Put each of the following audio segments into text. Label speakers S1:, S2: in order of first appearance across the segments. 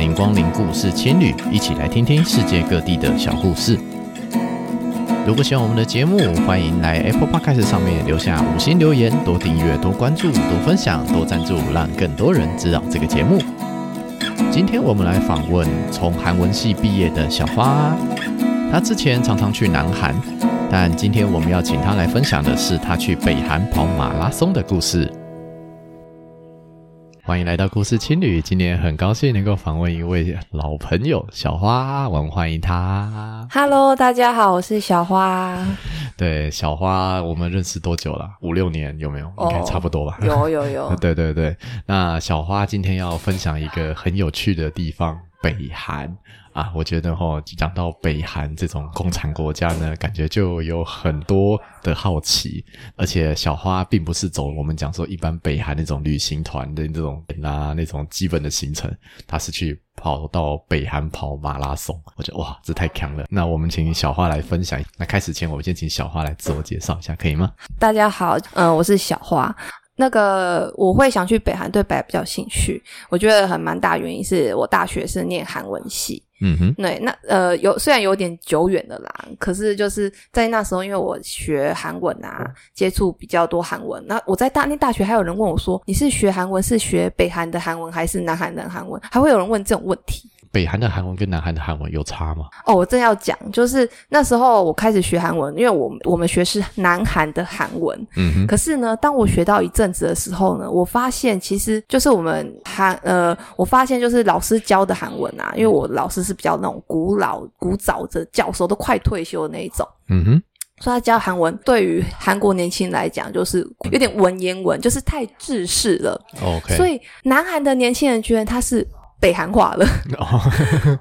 S1: 迎光临故事青旅，一起来听听世界各地的小故事。如果喜欢我们的节目，欢迎来 Apple Podcast 上面留下五星留言，多订阅、多关注、多分享、多赞助，让更多人知道这个节目。今天我们来访问从韩文系毕业的小花，她之前常常去南韩，但今天我们要请她来分享的是她去北韩跑马拉松的故事。欢迎来到故事青旅，今天很高兴能够访问一位老朋友小花，我们欢迎她。
S2: Hello，大家好，我是小花。
S1: 对，小花，我们认识多久了？五六年有没有？应
S2: 哦
S1: 该差不多吧。，
S2: 有有有
S1: 对对对，那小花今天要分享一个很有趣的地方——北韩啊。我觉得哈、讲到北韩这种共产国家呢，感觉就有很多的好奇。而且小花并不是走我们讲说一般北韩那种旅行团的那种啊那种基本的行程，她是去。跑到北韩跑马拉松，我觉得哇，这太强了。那我们请小花来分享。那开始前，我们先请小花来自我介绍一下，可以吗？
S2: 大家好，嗯、我是小花。那个我会想去北韩，对北韩比较兴趣。我觉得很蛮大原因是我大学是念韩文系，
S1: 嗯哼，
S2: 对，那呃有虽然有点久远的啦，可是就是在那时候，因为我学韩文啊，接触比较多韩文。那我在大念大学，还有人问我说，你是学韩文是学北韩的韩文还是南韩的韩文？还会有人问这种问题。
S1: 北韩的韩文跟南韩的韩文有差吗？
S2: 哦，我正要讲，就是那时候我开始学韩文，因为我们我们学是南韩的韩文。
S1: 嗯哼。
S2: 可是呢，当我学到一阵子的时候呢，我发现其实就是我们韩呃，我发现就是老师教的韩文啊，因为我老师是比较那种古老古早的教授，都快退休的那一种。
S1: 嗯哼，
S2: 所以他教韩文对于韩国年轻人来讲，就是有点文言文，就是太制式了。
S1: OK，
S2: 所
S1: 以
S2: 以南韩的年轻人觉得他是北韩化了。
S1: 哦，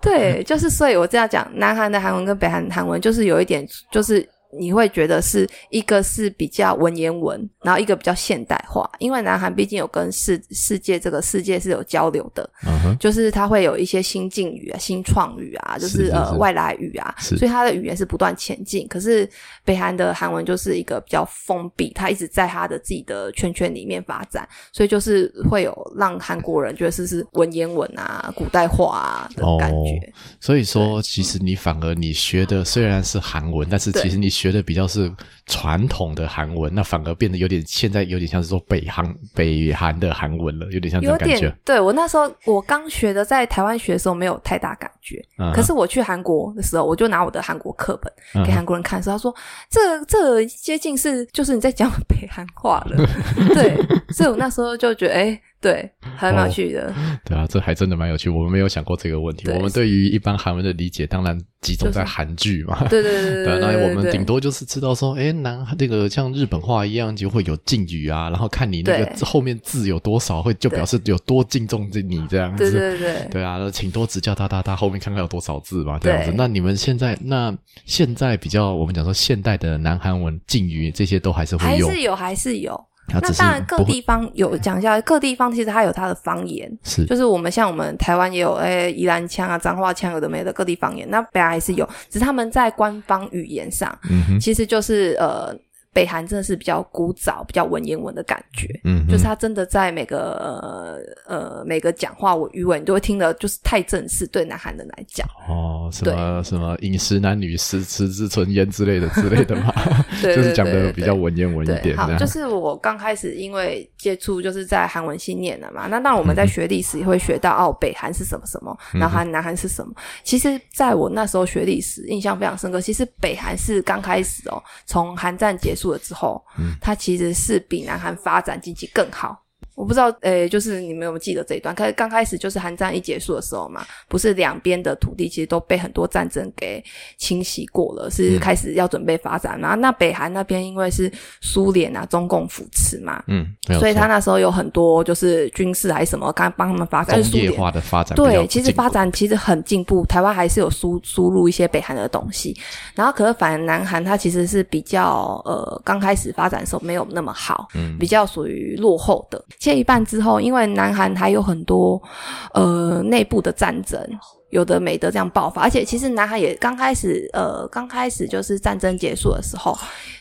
S2: 对，就是所以我这样讲，南韩的韩文跟北韩的韩文就是有一点，就是你会觉得是一个是比较文言文，然后一个比较现代化，因为南韩毕竟有跟世世界这个世界是有交流的，
S1: 嗯 哼，
S2: 就是它会有一些新进语啊、新创语啊，就是
S1: 是是
S2: 呃
S1: 是
S2: 外来语啊，
S1: 是
S2: 所以它的语言是不断前进。可是北韩的韩文就是一个比较封闭，它一直在它的自己的圈圈里面发展，所以就是会有让韩国人觉得是是文言文啊、古代化啊的感觉。
S1: 哦所以说，其实你反而你学的虽然是韩文，但是
S2: 对
S1: 其实你学的比较是传统的韩文，那反而变得有点现在有点像是说北韩北韩的韩文了，有点像这
S2: 有
S1: 种感觉
S2: 点。对我那时候我刚学的，在台湾学的时候没有太大感觉，
S1: 嗯哼
S2: 可是我去韩国的时候，我就拿我的韩国课
S1: 啊
S2: 本给韩国人看的时候，他说这这接近是就是你在讲北韩话 了，对，所以我那时候就觉得哎、对，还蛮有趣的，
S1: 对啊，这还真的蛮有趣，我们没有想过这个问题。
S2: 对
S1: 我们对于一般韩文的理解，当然集中
S2: 就是
S1: 在韩剧嘛。
S2: 对对对 对
S1: 对啊，
S2: 对
S1: 那我
S2: 对
S1: 们
S2: 对
S1: 顶多就是知道说，哎，南那个像日本话一样，就会有敬语啊，然后看你那个
S2: 对
S1: 后面字有多少，会就表示有多敬重这你这样子。
S2: 对对对
S1: 对啊，那请多指教他他他后面看看有多少字嘛，这样子。
S2: 对
S1: 那你们现在那现在比较，我们讲说现代的南韩文敬语这些都还是会
S2: 还
S1: 用，
S2: 是有还是有。
S1: 那
S2: 那
S1: 只是
S2: 当然，各
S1: 不会
S2: 地方有讲一下，各地方其实它有它的方言，
S1: 是
S2: 就是我们像我们台湾也有诶、哎宜兰腔啊、彰化腔有的没的各地方言，那北韩还是有，只是他们在官方语言上，
S1: 嗯哼
S2: 其实就是呃，北韩真的是比较古早、比较文言文的感觉。
S1: 嗯哼
S2: 就是他真的在每个呃呃每个讲话我语文你都会听得就是太正式，对南韩人来讲，
S1: 哦什么什么饮食男女十十之纯烟之类的之类的嘛，
S2: 对
S1: 就是讲的
S2: 对
S1: 比较文言文一
S2: 对，
S1: 点
S2: 好
S1: 这，样
S2: 就是我刚开始因为接触就是在韩文系念的嘛，那当然我
S1: 嗯
S2: 们在学历史也会学到哦，北韩是什么什么，然后韩南韩是什么。其实，在我那时候学历史，印象非常深刻。其实北韩是刚开始哦，从韩战结束了之后，
S1: 嗯
S2: 它其实是比南韩发展经济更好。我不知道，诶、就是你们有没有记得这一段？开刚开始就是韩战一结束的时候嘛，不是两边的土地其实都被很多战争给清洗过了，
S1: 嗯
S2: 是开始要准备发展嘛。那北韩那边因为是苏联啊、中共扶持嘛，
S1: 嗯，没有
S2: 所以
S1: 错
S2: 他那时候有很多就是军事还是什么，刚帮他们发展。
S1: 工
S2: 哎苏
S1: 业
S2: 联
S1: 化的发展比较
S2: 对，其实
S1: 进步
S2: 发展其实很进步，台湾还是有输输入一些北韩的东西，然后可是反而南韩它其实是比较呃刚开始发展的时候没有那么好，
S1: 嗯
S2: 比较属于落后的。切一半之后，因为南韩还有很多呃内部的战争。有的没的这样爆发。而且其实南韩也刚开始，呃，刚开始就是战争结束的时候，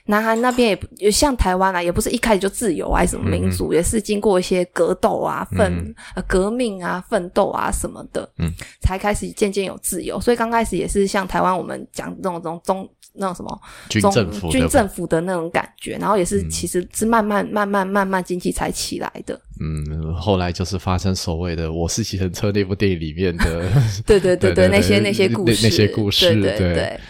S2: 南韩那边也不也像台湾啊，也不是一开始就自由啊，什么民
S1: 嗯
S2: 主，也是经过一些格斗啊、奋、呃革命啊、奋斗啊什么的，
S1: 嗯，
S2: 才开始渐渐有自由。所以刚开始也是像台湾我们讲这种这种中那种什么
S1: 军
S2: 中
S1: 政府的
S2: 军政府的那种感觉，然后也是其实是慢慢慢慢慢慢经济才起来的。
S1: 嗯，后来就是发生所谓的《我是计程车》那部电影里面的
S2: 对对
S1: 对
S2: 对，
S1: 对
S2: 那些
S1: 那
S2: 些故事，
S1: 那些故事
S2: 对
S1: 对
S2: 对，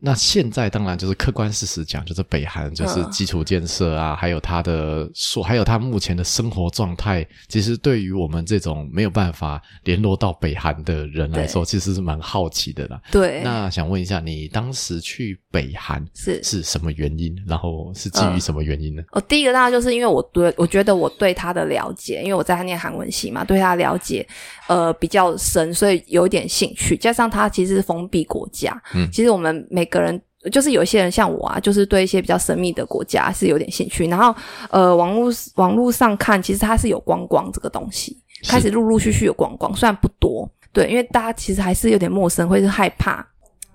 S1: 那现在当然就是客观事实讲，就是北韩就是
S2: 嗯
S1: 基础建设啊，还有它的所，还有它目前的生活状态，其实对于我们这种没有办法联络到北韩的人来说，其实是蛮好奇的啦。
S2: 对，
S1: 那想问一下，你当时去北韩
S2: 是。
S1: 是什么原因？然后是基于什么原因呢？
S2: 哦，第一个当然就是因为我对我觉得我对他的了解，因为我在他念韩文系嘛，对他的了解呃比较深，所以有点兴趣。加上他其实是封闭国家，
S1: 嗯
S2: 其实我们每个人。就是有一些人像我啊，就是对一些比较神秘的国家是有点兴趣。然后，呃，网络网络上看，其实它是有观光这个东西，
S1: 是
S2: 开始陆陆续续有观光，虽然不多，对，因为大家其实还是有点陌生，会是害怕。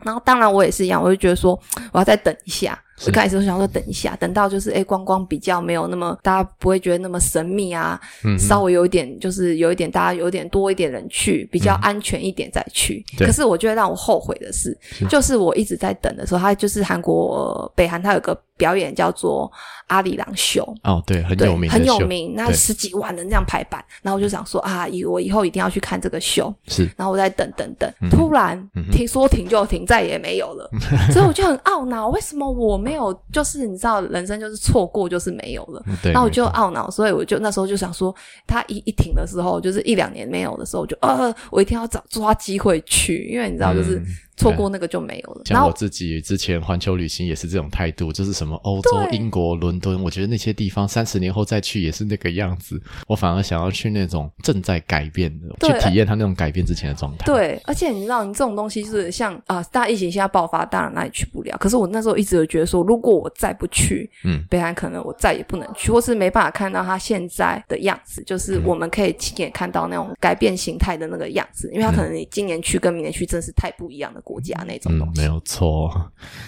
S2: 然后，当然我也是一样，我就觉得说我要再等一下。
S1: 是
S2: 我刚开始想说等一下，等到就是哎，观光比较没有那么大家不会觉得那么神秘啊，
S1: 嗯
S2: 稍微有一点就是有一点大家有一点多一点人去，比较安全一点再去。
S1: 嗯对
S2: 可是我觉得让我后悔的是，就是我一直在等的时候，他就是韩国、呃北韩，他有个表演叫做阿里郎秀，
S1: 哦，对，很
S2: 对，
S1: 有名的
S2: 很有
S1: 秀，
S2: 名，那
S1: 对
S2: 十几万人这样排版，然后我就想说啊，以我以后一定要去看这个秀，
S1: 是
S2: 然后我再等等等
S1: 嗯，哼
S2: 突然
S1: 嗯哼
S2: 听说停就停，再也没 有了，所以我就很懊恼，为什么我没有？就是你知道，人生就是错过，就是没有了。
S1: 嗯对。
S2: 那我就
S1: 没错
S2: 懊恼，所以我就那时候就想说，他一一停的时候，就是一两年没有的时候，我就呃，我一定要找抓机会去，因为你知道，就是
S1: 嗯
S2: 错过那个就没有了。然
S1: 像
S2: 后
S1: 我自己之前环球旅行也是这种态度，就是什么欧洲、
S2: 对
S1: 英国、伦敦，我觉得那些地方三十年后再去也是那个样子。我反而想要去那种正在改变的，
S2: 对
S1: 去体验它那种改变之前的状态。，嗯
S2: 对，而且你知道，你这种东西就是像啊、大疫情现在爆发，当然那里去不了。可是我那时候一直有觉得说，如果我再不去，
S1: 嗯，
S2: 北韩可能我再也不能去，或是没办法看到它现在的样子，就是
S1: 嗯
S2: 我们可以亲眼看到那种改变形态的那个样子，因
S1: 嗯
S2: 为它可能你今年去跟明年去真是太不一样的国家那种
S1: 嗯
S2: 东，
S1: 没
S2: 西。
S1: 有错。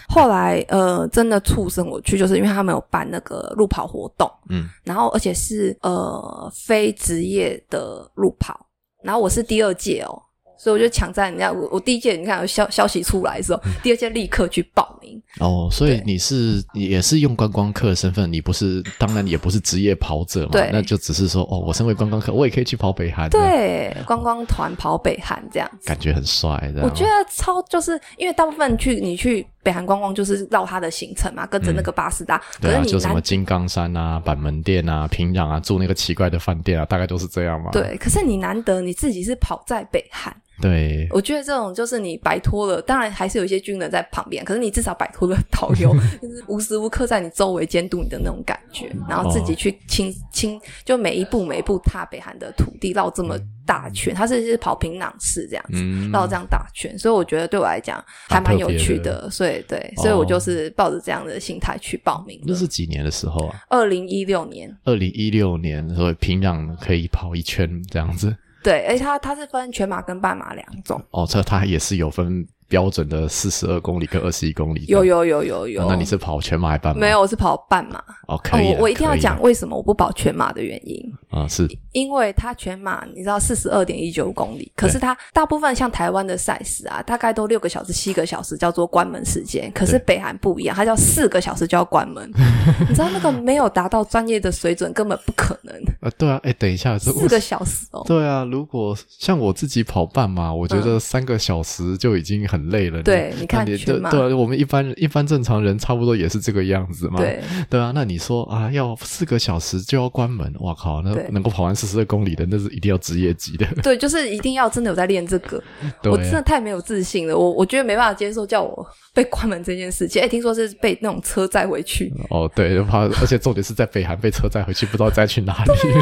S2: 后来呃，真的促生我去，就是因为他们有办那个路跑活动，
S1: 嗯，
S2: 然后而且是呃非职业的路跑，然后我是第二届哦，所以我就抢在人家我我第一届你看有消消息出来的时
S1: 嗯
S2: 候，第二届立刻去报名，
S1: 哦，所以
S2: 对
S1: 你是你也是用观光客的身份，你不是当然也不是职业跑者嘛，
S2: 对
S1: 那就只是说哦，我身为观光客，我也可以去跑北韩，，
S2: 对，观光团跑北韩这样子。
S1: 感觉很帅的。
S2: 我觉得超就是因为大部分去你去北韩观光就是绕它的行程嘛，跟着那个巴士搭。可
S1: 对
S2: 是
S1: 啊，
S2: 你
S1: 就什么
S2: 南
S1: 金刚山啊、板门店啊、平壤啊，住那个奇怪的饭店啊，大概都是这样嘛。
S2: 对，可是你难得你自己是跑在北韩，
S1: 对，
S2: 我觉得这种就是你摆脱了，当然还是有一些军人在旁边，可是你至少摆脱了导 游，就是无时无刻在你周围监督你的那种感觉，然后自
S1: 哦
S2: 己去亲亲，就每一步每一步踏北韩的土地绕这么大圈，他是是跑平壤市这样子。
S1: 嗯，
S2: 绕这样大圈，所以我觉得对我来讲还蛮有趣
S1: 特别
S2: 的，所以对，所以我就是抱着这样的心态去报名
S1: 那
S2: 的。
S1: 是几年的时候啊？
S2: 二零一六年，
S1: 二零一六年，所以平壤可以跑一圈这样子。
S2: 对，而且它它是分全马跟半马两种，
S1: 哦，这它也是有分标准的四十二公里跟二十一公里的。
S2: 有有有有
S1: 哦
S2: 有。
S1: 那你是跑全马还半马？
S2: 没有？我是跑半马，
S1: 哦，可以
S2: 哦
S1: 啊、
S2: 我我一定要
S1: 可以啊
S2: 讲为什么我不跑全马的原因，
S1: 啊、是
S2: 因为它全马你知道四十二点一九公里，可是它大部分像台湾的赛事啊，大概都六个小时、七个小时叫做关门时间，可是
S1: 对
S2: 北韩不一样，它叫四个小时就要 关门，你知道那个没有达到专业的水准，根本不可能
S1: 啊，对啊，哎，等一下，这
S2: 四个小时哦。
S1: 对啊，如果像我自己跑半马，我觉得三个小时就已经很累了。
S2: 嗯对
S1: 那
S2: 你看
S1: 那
S2: 全
S1: 对
S2: 马
S1: 对啊，我们一般一般正常人差不多也是这个样子嘛。
S2: 对，
S1: 对啊，那你说啊，要四个小时就要关门，哇靠，那
S2: 对
S1: 能够跑完四十二公里的，那是一定要职业级的。
S2: 对，就是一定要真的有在练这个。
S1: 对
S2: 我
S1: 啊
S2: 真的太没有自信了，我我觉得没办法接受叫我被关门这件事情。哎，听说是被那种车载回去，
S1: 哦，对，怕，而且重点是在北韩被车载回去，不知道载去 哪里。
S2: 啊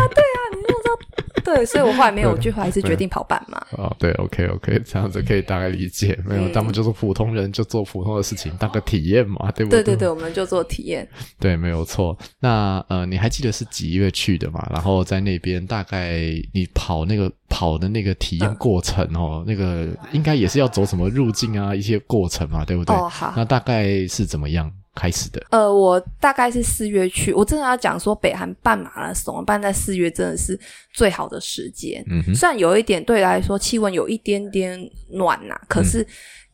S2: 对，所以我后来没有，我就还是决定跑半马。
S1: 哦，对，OK OK，这样子可以大概理解。没
S2: 嗯
S1: 有，他们就是普通人，就做普通的事情，当个体验嘛，对不
S2: 对
S1: 对
S2: 对对，我们就做体验。
S1: 对没有错。那呃，你还记得是几月去的嘛？然后在那边大概你跑那个跑的那个体
S2: 嗯
S1: 验过程哦，那个应该也是要走什么入境啊，一些过程嘛，对不对？
S2: 哦好
S1: 那大概是怎么样开始的？
S2: 呃，我大概是四月去，我真的要讲说北韩办马拉松，办在四月真的是最好的时间。
S1: 嗯哼，
S2: 虽然有一点对来说气温有一点点暖呐、
S1: 嗯
S2: 可是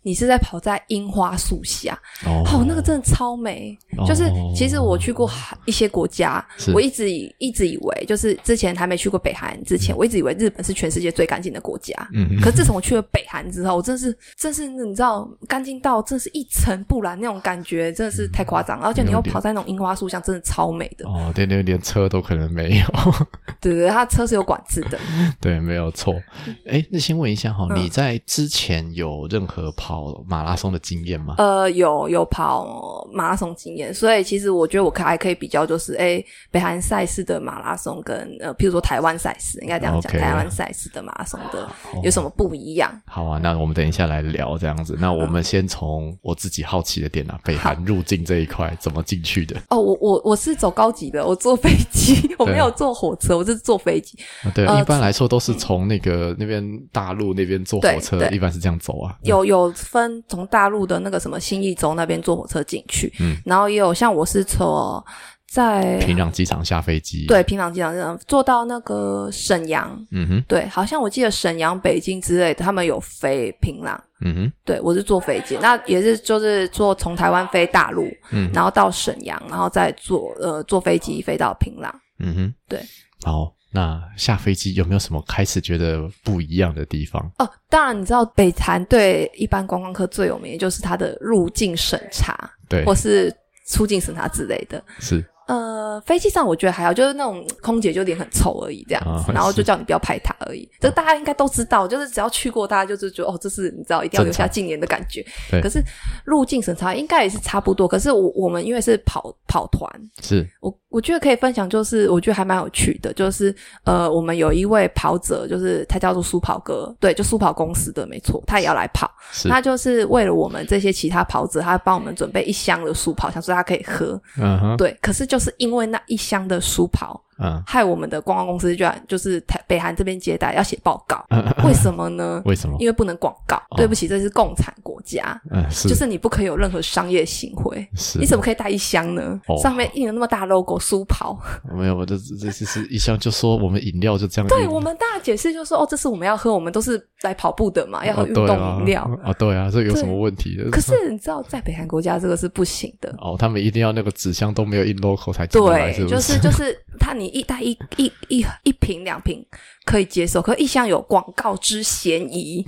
S2: 你是在跑在樱花树下，
S1: 哦
S2: 哦，那个真的超美。
S1: 哦
S2: 就是其实我去过哈一些国家
S1: 是，
S2: 我一直以一直以为就是之前还没去过北韩之前，我一直以为日本是全世界最干净的国家。
S1: 嗯
S2: 可自从我去了北韩之后，我真的是，真是你知道，干净到真是一尘不染那种感觉，真的是太夸张了。而且你
S1: 嗯
S2: 又
S1: 有点
S2: 跑在那种樱花树下，真的超美的。
S1: 哦，对对，连车都可能没有，
S2: 对对对，它车是有管制的。
S1: 对，没有错。哎，那先问一下哈、
S2: 嗯
S1: 你在之前有任何跑马拉松的经验吗？
S2: 呃，有有跑马拉松经验，所以其实我觉得我可还可以比较，就是诶、北韩赛事的马拉松跟呃，譬如说台湾赛事，应该这样讲
S1: OK 哦
S2: 台湾赛事的马拉松的有什么不一样？
S1: 好啊，那我们等一下来聊这样子。
S2: 嗯
S1: 那我们先从我自己好奇的点啊，北韩入境这一块怎么进去的？
S2: 哦，我我我是走高级的，我坐飞机， 我没有坐火车，我是坐飞机。
S1: 啊对，
S2: 呃
S1: 一般来说都是从那个那边大陆那边坐火
S2: 对
S1: 车，
S2: 对
S1: 一般是这样走啊。
S2: 有有分从大陆的那个什么新义州那边坐火车进去，然后也有像我是从在
S1: 嗯平壤机场下飞机，
S2: 对，平壤机场这样坐到那个沈阳，
S1: 嗯哼，
S2: 对，好像我记得沈阳、北京之类的，他们有飞平壤。
S1: 嗯哼，
S2: 对，我是坐飞机，那也是就是坐从台湾飞大陆，
S1: 嗯
S2: 然后到沈阳，然后再坐呃坐飞机飞到平壤。
S1: 嗯哼，
S2: 对。
S1: 好，那下飞机有没有什么开始觉得不一样的地方？
S2: 哦，当然你知道北韩对一般观光客最有名的就是它的入境审查
S1: 对
S2: 或，是出境审查之类的。
S1: 是
S2: 呃，飞机上我觉得还好，就是那种空姐就脸很臭而已，这样子，
S1: 啊
S2: 然后
S1: 是啊
S2: 就叫你不要拍她而已。这个大家应该都知道，就是只要去过，大家就是觉得哦，这是你知道一定要留下
S1: 正常
S2: 纪念的感觉
S1: 对。
S2: 可是入境审查应该也是差不多，可是我我们因为是跑跑团，
S1: 是，
S2: 我我觉得可以分享，就是我觉得还蛮有趣的，就是呃，我们有一位跑者，就是他叫做苏跑哥，对，就苏跑公司的，没错，他也要来跑，
S1: 是
S2: 他就是为了我们这些其他跑者，他帮我们准备一箱的苏跑，想说他可以喝，
S1: 嗯哼，
S2: 对，可是就是因为那一箱的书跑，
S1: 嗯，
S2: 害我们的观光公司居然就是台北韩这边接待要写报告，
S1: 嗯
S2: 为什么呢？
S1: 为什么？
S2: 因为不能广告，对不起，这是共产国家，
S1: 嗯，哦是
S2: 就是你不可以有任何商业行为。
S1: 是
S2: 你，怎么可以带一箱呢？
S1: 哦嗯
S2: 上面印了那么大 logo 书跑，
S1: 没有，我这这这是一箱就说我们饮料就这样，
S2: 对我们大家解释就说哦，这是我们要喝，我们都是来跑步的嘛，要喝
S1: 哦
S2: 运
S1: 对
S2: 动
S1: 啊
S2: 饮料。
S1: 啊，对啊，这有
S2: 对
S1: 什么问题的？
S2: 可是你知道，在北韩国家这个是不行的，
S1: 哦，他们一定要那个纸箱都没有印 logo 才进得来，
S2: 对，
S1: 是不
S2: 就是就是他，你一带一一一一瓶两瓶可以接受，可一箱有广告之嫌疑。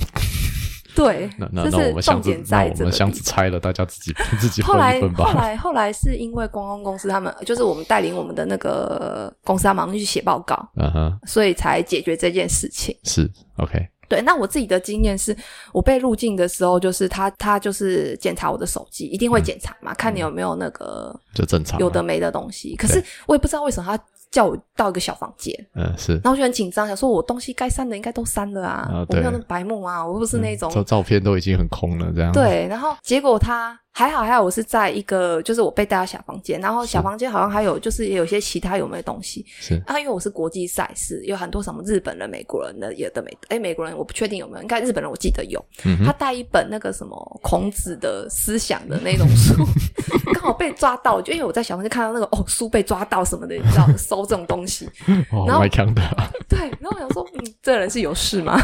S2: 对
S1: 那那，那
S2: 这
S1: 我
S2: 是
S1: 们箱
S2: 重
S1: 子
S2: 点，
S1: 那
S2: 在
S1: 我
S2: 这
S1: 们
S2: 个
S1: 箱
S2: 地
S1: 子拆了，大家自己自己
S2: 后
S1: 分
S2: 来
S1: 一分
S2: 后
S1: 吧。
S2: 来后来是因为观光公司他们就是我们带领我们的那个公司，他马上去写报告，
S1: 嗯哼，
S2: 所以才解决这件事情。
S1: 是 OK，
S2: 对，那我自己的经验是，我被入境的时候，就是他他就是检查我的手机，一
S1: 嗯
S2: 定会检查嘛，看你有没有那个
S1: 就正常。
S2: 有的，没的东西。可是我也不知道为什么他叫我到一个小房间，
S1: 嗯，是
S2: 然后我就很紧张，想说我东西该删的应该都删了啊，
S1: 啊
S2: 我没
S1: 对嗯
S2: 有那么白目啊，我又不是那种、
S1: 照照片都已经很空了，这样。，
S2: 对。然后结果他还好还好，我是在一个就是我被带到小房间，然后小房间好像还有就是也有一些其他有没有东西
S1: 是
S2: 啊，因为我是国际赛事，有很多什么日本人、美国人的也的美，哎，美国人我不确定有没有，应该日本人我记得有，
S1: 嗯
S2: 他带一本那个什么孔子的思想的那种书， 刚好被抓到，就因为我在小房间看到那个哦书被抓到什么的，你知道收这种东西，
S1: 哦，
S2: 然后
S1: 蛮强 的啊，
S2: 对，然后我想说，嗯，这人是有事吗？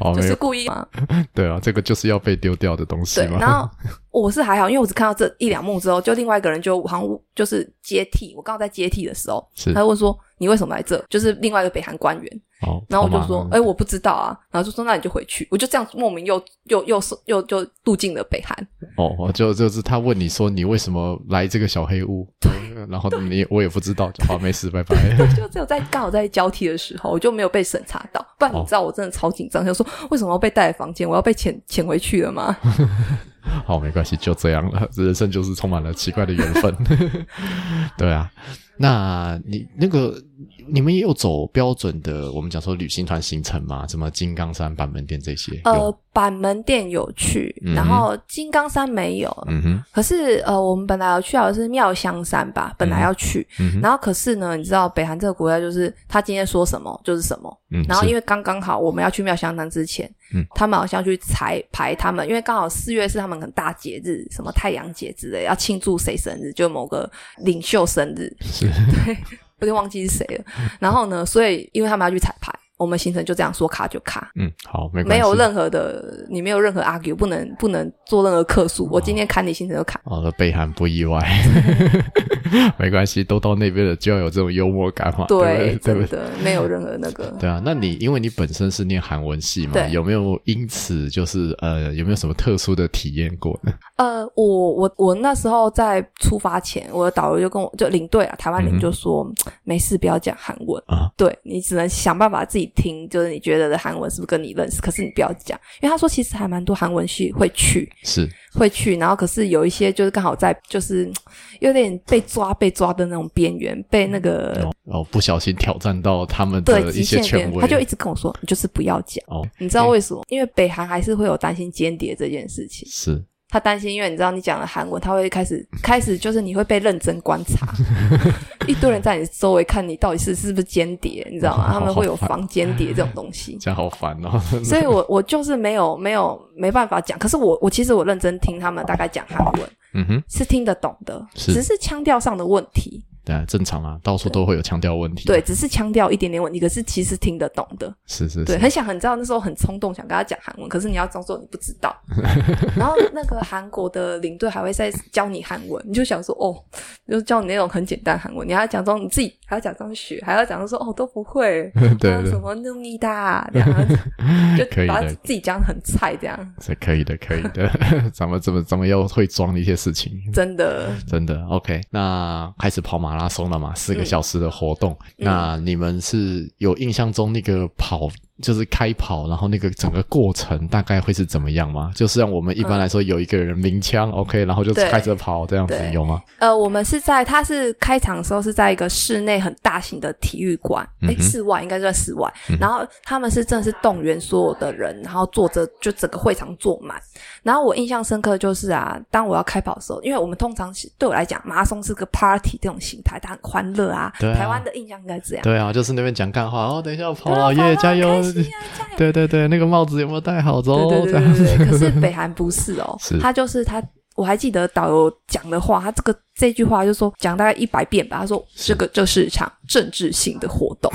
S1: 哦，
S2: 就
S1: 没
S2: 是
S1: 有，
S2: 故意嘛，
S1: 对啊，这个就是要被丢掉的东西
S2: 对。
S1: 嘛。
S2: 然后我是还好，因为我只看到这一两幕之后，就另外一个人就好像就是接替我，刚好在接替的时候，
S1: 是
S2: 他就问说你为什么来这？就是另外一个北韩官员，
S1: 哦，
S2: 然后我
S1: 好
S2: 就
S1: 嘛
S2: 说，哎、我不知道啊，然后就说那你就回去，我就这样莫名又又又又又渡进了北韩，
S1: 哦，我就就是他问你说你为什么来这个小黑屋， 然后你我也不知道，就好没事，拜 拜。
S2: 就只有在刚好在交替的时候，我就没有被审查到，不然你
S1: 哦
S2: 知道我真的超紧张，就说为什么要被带来房间？我要被遣遣回去了吗？
S1: 好，没关系，就这样了。 人 生就是充满了奇怪的缘分。对啊，那你那个你们也有走标准的，我们讲说旅行团行程嘛，什么金冈山、板门店这些。
S2: 呃
S1: 有，
S2: 板门店有去，
S1: 嗯哼
S2: 然后金冈山没有。
S1: 嗯哼，
S2: 可是呃，我们本来要去好像是妙香山吧，本来要去，
S1: 嗯哼
S2: 然后可是呢，你知道北韩这个国家就是他今天说什么就是什么，
S1: 嗯，
S2: 然后因
S1: 为
S2: 为刚刚好我们要去妙香山之前，
S1: 嗯
S2: 他们好像去彩排他们，因为刚好四月是他们很大节日，什么太阳节之类，要庆祝谁生日，就某个领袖生日，
S1: 是
S2: 有点忘记是谁了。然后呢，所以因为他们要去彩排，我们行程就这样说卡就卡。
S1: 嗯，好，没关系
S2: 没有任何的，你没有任何 argue，不能不能做任何客诉。我今天砍你行程就砍，
S1: 好的，北韩不意 外，没关系，都到那边了就要有这种幽默感嘛，对
S2: 对，
S1: 不对对不
S2: 真
S1: 对？
S2: 的没有任何那个。
S1: 对啊，那你因为你本身是念韩文系嘛，
S2: 对
S1: 有没有因此就是呃有没有什么特殊的体验过呢？
S2: 呃，我我我那时候在出发前，我的导游就跟我就领队啊，台湾
S1: 嗯哼
S2: 领就说、没事，不要讲韩文
S1: 啊
S2: 对你只能想办法自己听，就是你觉得的韩文是不是跟你认识，可是你不要讲，因为他说其实还蛮多韩文系会去
S1: 是
S2: 会去，然后可是有一些就是刚好在就是有点被抓被抓的那种边缘，被那个、
S1: 哦，不小心挑战到他们
S2: 对
S1: 的一
S2: 极
S1: 些
S2: 限
S1: 权
S2: 边，
S1: 威，
S2: 他就一直跟我说，你就是不要讲。
S1: 哦
S2: 你知道为什么？因为北韩还是会有担心间谍这件事情。
S1: 是
S2: 他担心，因为你知道你讲了韩文，他会开始 开始就是你会被认真观察， 一堆人在你周围看你到底是是不是间谍，你知道吗？他们会有防间谍这种 东西，
S1: 这样好烦 哦，
S2: 所以我我就是没有没有没办法讲。可是我我其实我认真听他们大概讲韩文
S1: 嗯哼，
S2: 是听得懂的，
S1: 是
S2: 只是腔调上的问题，
S1: 对啊，正常啊，到处都会有腔调问题，
S2: 对，，只是腔调一点点问题，可是其实听得懂的。
S1: 是是
S2: 对，
S1: 是，
S2: 很想很知道那时候很冲动，想跟他讲韩文，可是你要装作你不知道。 然后那个韩国的领队还会再教你韩文，你就想说哦，就教你那种很简单韩文，你还要假装你自己还要假装学，还要假装说哦都不会，
S1: 对
S2: 啊
S1: 对
S2: 什
S1: 对，
S2: 么努力哒，这 样就
S1: 可以
S2: 把
S1: 的
S2: 自己讲得很菜，这样
S1: 是可以的，可以的， 咱们怎么咱们要会装的一些事情，
S2: 真的
S1: 真的，OK，那开始跑马拉松了嘛？四个
S2: 嗯
S1: 小时的活动，
S2: 嗯
S1: 那你们是有印象中那个跑就是开跑，然后那个整个过程大概会是怎么样吗？就是像我们一般来说有一个人鸣枪、o k 然后就
S2: 对
S1: 开着跑这样子
S2: 嗯对
S1: 有吗？
S2: 呃，我们是在它是开场的时候是在一个室内很大型的体育馆，
S1: 嗯
S2: 哎、
S1: 哼嗯
S2: 室外应该算室外。然后他们是真的是动员所有的人，然后坐着就整个会场坐满。然后我印象深刻就是啊，当我要开跑的时候，因为我们通常是对我来讲，马拉松是个 party 这种形态，它很欢乐啊。
S1: 对啊
S2: 台湾的印象应该这样。
S1: 对啊，就是那边讲干话，哦，等一下要跑了，
S2: 啊
S1: 耶，
S2: 跑
S1: 加
S2: 啊
S1: 油
S2: 开！心啊加油！
S1: 对对对，那个帽子有没有戴好？走，
S2: 对对
S1: 哦这
S2: 对
S1: 样
S2: 对
S1: 子
S2: 对。可 是北韩不是哦
S1: 是，
S2: 他就是他，我还记得导游讲的话，他这个这句话就说讲大概一百遍吧。他说这个就是一场政治性的活 动，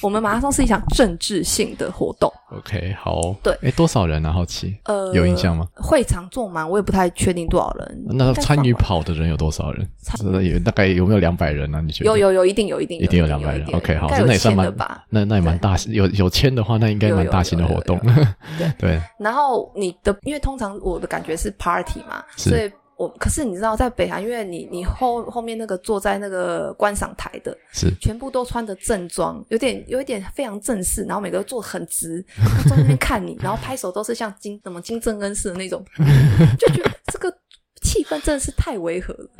S2: 我们马拉松是一场政治性的活动。
S1: OK，好，
S2: 对
S1: 哎，多少人啊？好奇，
S2: 呃，
S1: 有印象吗？嗯
S2: 会场坐满，我也不太确定多少人。
S1: 那
S2: 但
S1: 参与
S2: 反而
S1: 跑的人有多少人？
S2: 差
S1: 真的有大概有没有两百人呢、啊？你觉得？
S2: 有有有，一定有，一定
S1: 一定有
S2: 有
S1: 两百人
S2: 一定有
S1: OK，好，
S2: 应该
S1: 那
S2: 有
S1: 也算
S2: 千
S1: 蛮
S2: 的吧。
S1: 那那也蛮大，有有签的话，那应该
S2: 有
S1: 蛮
S2: 有
S1: 大
S2: 有
S1: 型的
S2: 有
S1: 活
S2: 有
S1: 动
S2: 有。
S1: 对，
S2: 然后你的，因为通常我的感觉是 party 嘛，
S1: 是
S2: 所以我可是你知道，在北韩，因为你你后后面那个坐在那个观赏台的，
S1: 是
S2: 全部都穿的正装，有点有一点非常正式，然后每个都坐 很直，然后坐在那边看你，然后拍手都是像金什么金正恩似的 那种，就觉得这个气氛真的是太违和了，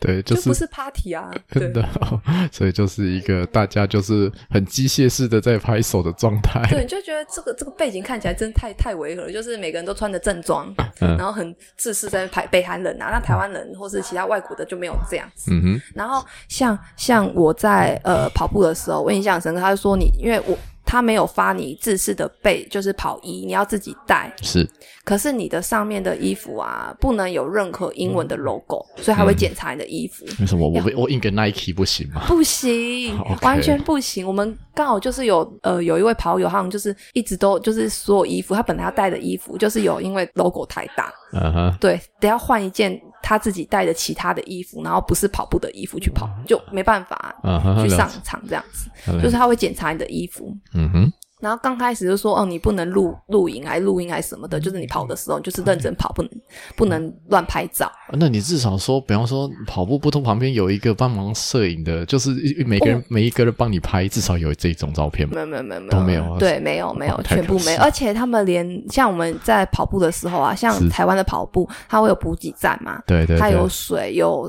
S1: 对，
S2: 就
S1: 就是
S2: 不是 party 啊，对
S1: 真的，哦所以就是一个大家就是很机械式的在拍手的状态。
S2: 对，你就觉得这个这个背景看起来真的太太违和了，就是每个人都穿的正装，
S1: 嗯
S2: 然后很自私在那边拍北韩人啊，那台湾人或是其他外国的就没有这样子。
S1: 嗯哼，
S2: 然后像像我在呃跑步的时候，我印象很深刻，他就说你因为我。他没有发你自式的背，就是跑衣，你要自己带。
S1: 是
S2: 可是你的上面的衣服啊，不能有任何英文的 logo，所以他会检查你的衣服。
S1: 为什么我我印个 Nike 不行吗？
S2: 不行
S1: OK
S2: 完全不行。我们刚好就是有呃有一位跑友，他们就是一直都就是所有衣服，他本来要带的衣服，就是有因为 logo 太大，
S1: 嗯哼，
S2: 对，得要换一件他自己带的其他的衣服，然后不是跑步的衣服去跑，就没办法啊
S1: 嗯哼，
S2: 去
S1: 了
S2: 上
S1: 解
S2: 场这样子。
S1: 了
S2: 就是
S1: 解
S2: 他会检查你的衣服，
S1: 嗯哼，
S2: 然后刚开始就说哦，你不能录录影还录音还什么的，就是你跑的时候你就是认真跑，不能不能乱拍照。
S1: 那你至少说，比方说跑步不通旁边有一个帮忙摄影的，就是一每个人、
S2: 哦
S1: 每一个人帮你拍，至少有这种照片嘛。
S2: 没有没有没有
S1: 都没有啊
S2: 对，没有没有，
S1: 太可
S2: 全部没
S1: 惜
S2: 有。而且他们连像我们在跑步的时候啊，像
S1: 是
S2: 台湾的跑步，它会有补给站嘛，
S1: 对对
S2: 它有
S1: 对，
S2: 水，有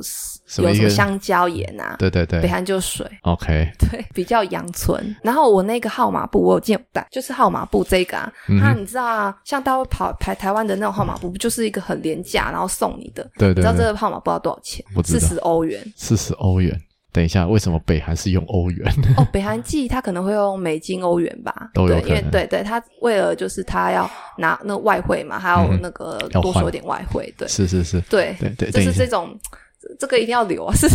S1: 么
S2: 有
S1: 一
S2: 什
S1: 个
S2: 么香蕉盐啊，
S1: 对对
S2: 北
S1: 对
S2: 韩就有水，
S1: ，OK，
S2: 对，比较阳春。然后我那个号码布，我有见带，就是号码布这个啊，
S1: 嗯
S2: 它
S1: 哼
S2: 你知道啊，像大会跑排台湾的那种号码布，不就是一个很廉价，然后送你的。
S1: 对
S2: 你
S1: 对
S2: 知道这
S1: 对，
S2: 个号码布要多少钱
S1: 我？知
S2: 四
S1: 道
S2: 十欧元
S1: 四十欧元。等一下，为什么北韩是用欧元？
S2: 哦。北韩寄它可能会用美金、欧元吧，
S1: 都有
S2: 对，
S1: 可
S2: 因为
S1: 能
S2: 对对，他为了就是他要拿那外汇嘛，还
S1: 嗯
S2: 有
S1: 哼
S2: 那个
S1: 要
S2: 多
S1: 换
S2: 收一点外汇，对
S1: 是是是，
S2: 对
S1: 对对，
S2: 就
S1: 等一
S2: 是
S1: 下呃
S2: 这，种这个一定要留啊，是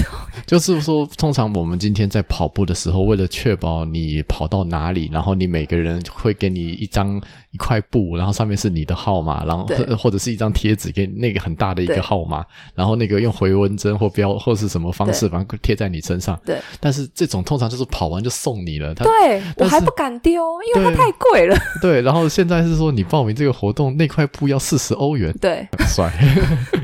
S1: 就是说，通常我们今天在跑步的时候，为了确保你跑到哪里，然后你每个人会给你一张一块布，然后上面是你的号码，然后
S2: 对
S1: 或或者是一张贴纸，给你那个很大的一个
S2: 对
S1: 号码，然后那个用回纹针或标或是什么方式，反正贴在你身上。
S2: 对。
S1: 但是这种通常就是跑完就送你了，他
S2: 对我
S1: 但
S2: 还
S1: 是
S2: 不敢丢，因为它
S1: 对
S2: 太贵了。
S1: 对。然后现在是说你报名这个活动，那块布要四十欧元，
S2: 对，
S1: 很帅。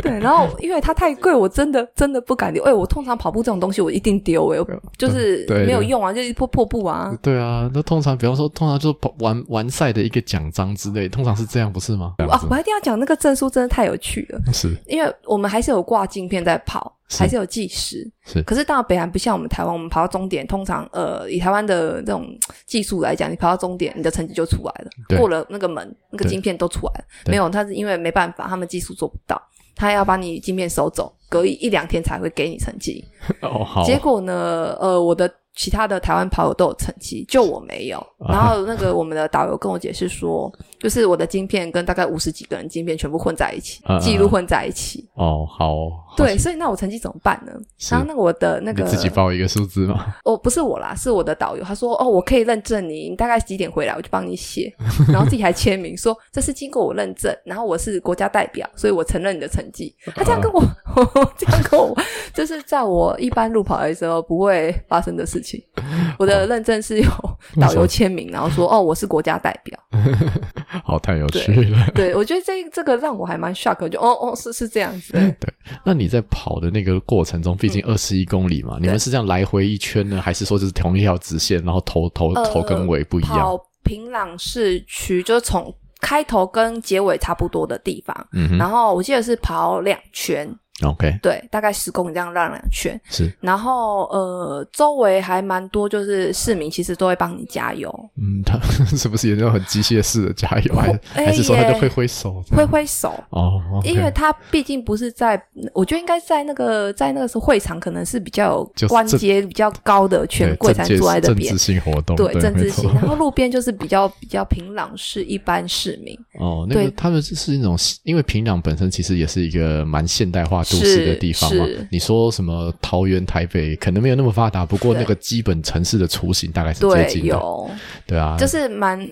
S2: 对，然后因为它太贵，我真的真的不敢丢。哎、我通常跑步这种东西，我一定丢、哎，我就是
S1: 对对
S2: 没有用啊，就是破破布啊。
S1: 对啊，那通常比方说，通常就是跑完完赛的一个奖章之类，通常是这样，不是吗？这样
S2: 啊
S1: 子，
S2: 我还一定要讲那个证书真的太有趣了，
S1: 是
S2: 因为我们还是有挂镜片在跑，
S1: 是
S2: 还是有计时。
S1: 是
S2: 可是到北韩不像我们台湾，我们跑到终点，通常呃，以台湾的这种技术来讲，你跑到终点，你的成绩就出来
S1: 对
S2: 了，过了那个门，那个
S1: 对
S2: 晶片都出来了。
S1: 对
S2: 没有，他是因为没办法，他们技术做不到，他要把你晶片收走，隔一一两天才会给你成绩。
S1: 哦，好
S2: 结果呢，呃，我的其他的台湾跑友都有成绩，就我没有。
S1: 啊
S2: 然后那个我们的导游跟我解释说，就是我的晶片跟大概五十几个人晶片全部混在一起
S1: 啊啊啊，
S2: 记录混在一起。
S1: 哦，好哦，
S2: 对，所以那我成绩怎么办呢？
S1: 是
S2: 然后那个我的那
S1: 你
S2: 个
S1: 自己报一个数字嘛，
S2: 哦，不是我啦，是我的导游。他说：“哦，我可以认证你，你大概几点回来，我就帮你写。”然后自己还签名说：“这是经过我认证，然后我是国家代表，所以我承认你的成绩。”他这样跟我， 这样跟我，这是在我一般路跑的时候不会发生的事情。我
S1: 哦
S2: 的认 证是有导游签名，然后说：“哦，我是国家代表。
S1: 好，太有趣了。
S2: 对”我觉得这这个让我还蛮 shock，我就哦哦是是这样子。
S1: 哎
S2: 对嗯
S1: 那你在跑的那个过程中，毕竟二十一公里嘛，你们是这样来回一圈呢，还是说就是同一条直线，然后头头
S2: 呃
S1: 头跟尾不一样？
S2: 跑平壤市区就是从开头跟结尾差不多的地方。
S1: 嗯
S2: 然后我记得是跑两圈，
S1: 哼，OK，
S2: 对，大概十公里这样绕两圈。
S1: 是，
S2: 然后呃，周围还蛮多，就是市民其实都会帮你加油，
S1: 嗯，他 是不是有那种很机械式的加油，还是
S2: 哎
S1: 还是说他
S2: 耶
S1: 就挥挥手？
S2: 挥挥手。
S1: 哦，OK，
S2: 因为他毕竟不是在，我觉得应该在那个在那个时候会场，可能是比较
S1: 就是
S2: 有官
S1: 政
S2: 阶比较高的权
S1: 对
S2: 贵
S1: 政
S2: 才
S1: 界
S2: 坐在那
S1: 政
S2: 边
S1: 治，性活动，
S2: 对政
S1: 没
S2: 治
S1: 错
S2: 性。然后路边就是比较比较平壤市一般市民，
S1: 哦，那个
S2: 对
S1: 他们是是那种，因为平壤本身其实也是一个蛮现代化都市的地方嘛
S2: 是是。
S1: 你说什么桃园、台北可能没有那么发达，不过
S2: 对
S1: 那个基本城市的雏形大概是接
S2: 对，
S1: 近的，
S2: 有
S1: 对啊，
S2: 就是蛮。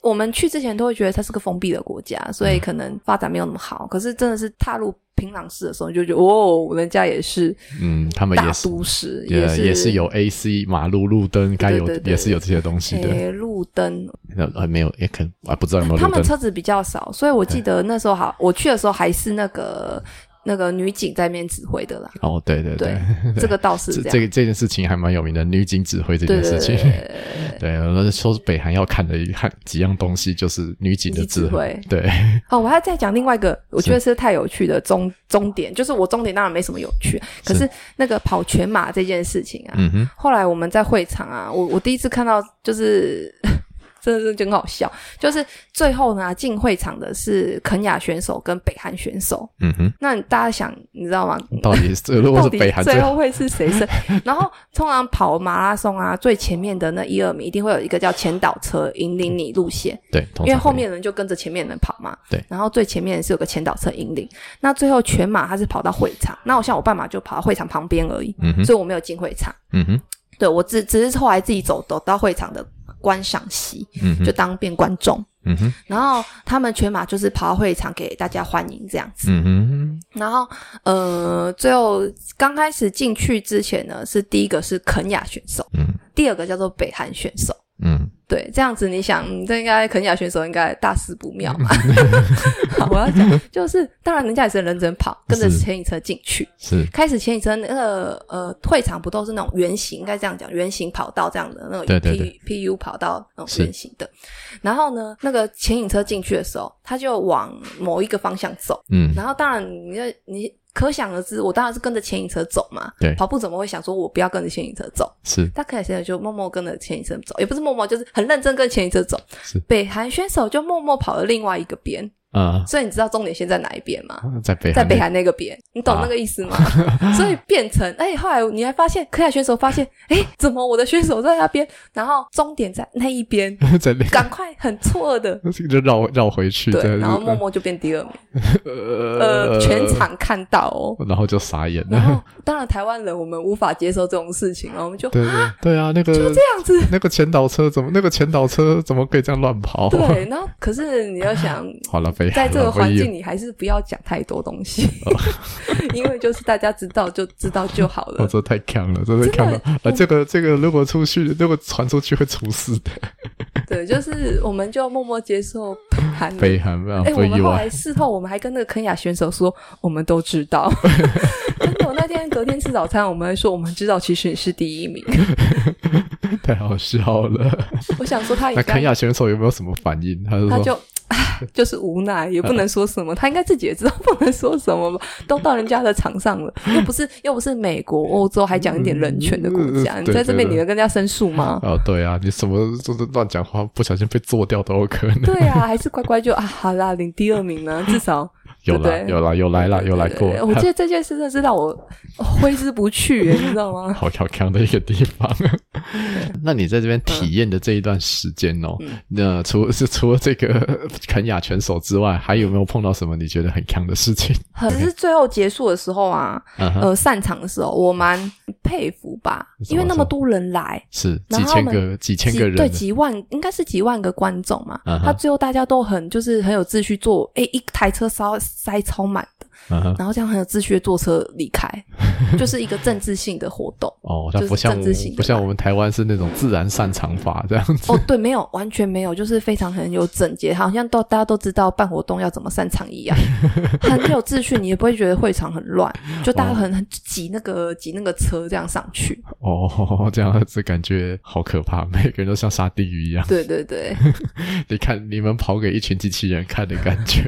S2: 我们去之前都会觉得它是个封闭的国家，所以可能发展没有那么好。可是真的是踏入平壤市的时候，你就觉得哦，人家也是
S1: 嗯，他们
S2: 大
S1: 也是
S2: 都市，
S1: 也
S2: 是
S1: 也是有 AC 马路路灯，该有
S2: 对对对
S1: 也是有这些东西的，
S2: 诶路灯，
S1: 那呃没有也可能啊，不知道有没有
S2: 他
S1: 路
S2: 们
S1: 灯
S2: 车子比较少，所以我记得那时候好，我去的时候还是那个那个女警在那边指挥的啦。
S1: 哦，对 对
S2: 对， 这个倒是
S1: 这
S2: 这
S1: 这
S2: 样。
S1: 个这件事情还蛮有名的，女警指挥这件
S2: 对
S1: 事
S2: 对
S1: 情
S2: 对，
S1: 对，那说是北韩要看的一看几样东西，就是女警的
S2: 女警指挥
S1: 对，
S2: 哦，我还要再讲另外一个，我觉得是太有趣的终终点，就是我终点当然没什么有趣，啊可
S1: 是
S2: 是那个跑全马这件事情啊，
S1: 嗯哼，
S2: 后来我们在会场啊，我我第一次看到就是 真的是很好笑，就是最后呢进会场的是肯雅选手跟北韩选手，
S1: 嗯哼。
S2: 那大家想你知道吗？
S1: 到底是如果
S2: 到
S1: 是
S2: 底
S1: 北韩
S2: 最
S1: 最
S2: 后会是谁 胜？然后通常跑马拉松啊，最前面的那一二名一定会有一个叫前导车引领你路线，
S1: 对，通常
S2: 因为后
S1: 会
S2: 面的人就跟着前面的人跑嘛。
S1: 对
S2: 然后最前面是有个前导车引领，那最后全马他是跑到会场，那我像我半马就跑到会场旁边而已，
S1: 嗯哼
S2: 所以我没有进会场。
S1: 嗯哼
S2: 对我只只是后来自己走走到会场的观赏席，
S1: 嗯哼
S2: 就当变观众。
S1: 嗯哼
S2: 然后他们全马就是跑到会场给大家欢迎这样子。
S1: 嗯哼
S2: 然后呃，最后刚开始进去之前呢，是第一个是肯雅选手，
S1: 嗯
S2: 第二个叫做北韩选手。
S1: 嗯
S2: 对，这样子你想，嗯这应该肯尼亚选手应该大事不妙 嘛。好，我要讲就是，当然人家也是认真跑，跟着
S1: 是
S2: 牵引车进去。
S1: 是
S2: 开始前几车那个呃退场不都是那种圆形，应该这样讲，圆形跑道这样的那种 P
S1: 对对对
S2: PU 跑道那
S1: 是
S2: 种圆形的。然后呢，那个前引车进去的时候，他就往某一个方向走。
S1: 嗯
S2: 然后当然你就你可想而知，我当然是跟着前引车走嘛。
S1: 对
S2: 跑步怎么会想说我不要跟着前引车走？
S1: 是
S2: 他可能现在就默默跟着前一车走，也不是默默，就是很认真跟前一车走
S1: 是。
S2: 北韩选手就默默跑了另外一个边，
S1: 啊、
S2: 所以你知道终点线在哪一边吗？
S1: 在北
S2: 在
S1: 韩
S2: 北韩那个边，你懂
S1: 啊
S2: 那个意思 吗？所以变成，哎、后来你还发现，可海选手发现，哎、怎么我的选手在那边，然后终点在那一边，
S1: 在北
S2: 赶快很错愕的，
S1: 就绕绕回去，
S2: 对，
S1: 对，
S2: 然后默默就变第二名，
S1: 呃
S2: 呃，全，场看到哦。
S1: 然后就傻眼
S2: 然
S1: 了。
S2: 后，当然台湾人我们无法接受这种事情啊，我们就
S1: 对
S2: 这
S1: 对对啊，那个
S2: 样子
S1: 那个前导车怎么那个前导车怎么可以这样乱跑？
S2: 对。然后，可是你要 想，
S1: 好了，北
S2: 在
S1: 韩
S2: 这个
S1: 了
S2: 环
S1: 不一
S2: 境，你还是不要讲太多东西， 因为就是大家知道就知道就好
S1: 哦，
S2: 了。
S1: 这太强了，这太强了！
S2: 嗯
S1: 啊，这个这个，如果出去，如果传出去会出事的。
S2: 对，就是我们就默默接受北韩的。
S1: 北韩啊，
S2: 哎、
S1: 不
S2: 我
S1: 意
S2: 们后
S1: 外
S2: 来事后，我们还跟那个肯雅选手说，我们都知 道。真的，我那天隔天吃早餐，我们还说我们知道，其实你是第一名。
S1: 太好笑了。
S2: 我想说他应
S1: 那肯
S2: 该
S1: 亚选手有没有什么反应？他就
S2: 哎他
S1: 说
S2: 就就是无奈，也不能说什么，他应该自己也知道不能说什么吧。都到人家的场上了，又不是又不是美国、欧洲，还讲一点人权的国家，
S1: 嗯嗯嗯
S2: 你在这
S1: 对对
S2: 边
S1: 对
S2: 你能跟人家申 诉吗？
S1: 哦，对啊，你什么就是乱讲话，不小心被做掉都有可能。
S2: 对啊，还是乖乖就啊，好啦，领第二名呢，至少
S1: 有
S2: 对
S1: 啦，
S2: 不对
S1: 有啦，有来啦，有来过
S2: 对。我记得这件事真的是让我哦挥之不去耶，你知道吗？
S1: 好好看的一个地方。那你在这边体验的这一段时间哦，
S2: 嗯
S1: 那除是除了这个 肯雅拳手之外，还有没有碰到什么你觉得很强的事情？
S2: 只是最后结束的时候啊，
S1: 嗯哼，
S2: 呃，散场的时候，我蛮佩服吧，
S1: 怎么
S2: 因为那
S1: 说
S2: 么多人来。
S1: 是
S2: 然
S1: 几
S2: 后
S1: 千
S2: 他们
S1: 个几千个人，
S2: 对几万，应该是几万个观众嘛。
S1: 嗯哼
S2: 他最后大家都很就是很有秩序坐，哎，一台车塞塞超满的，
S1: 嗯哼，
S2: 然后这样很有秩序的坐车离 开，就是一个政治性的活动。
S1: 哦，它
S2: 就是
S1: 不像
S2: 政
S1: 我
S2: 治性的
S1: 不像
S2: 吧
S1: 我们台湾是那种自然散场法这样子。
S2: 哦，对，没有，完全没有，就是非常很有整洁，好像都大家都知道办活动要怎么散 场一样，很有秩序，你也不会觉得会场很乱，就
S1: 嗯
S2: 大家很很挤那个挤那个车这样上去。
S1: 哦， 这样子感觉好可怕，每个人都像沙地狱一样。
S2: 对对对，
S1: 你看，你们跑给一群机器人看的感觉。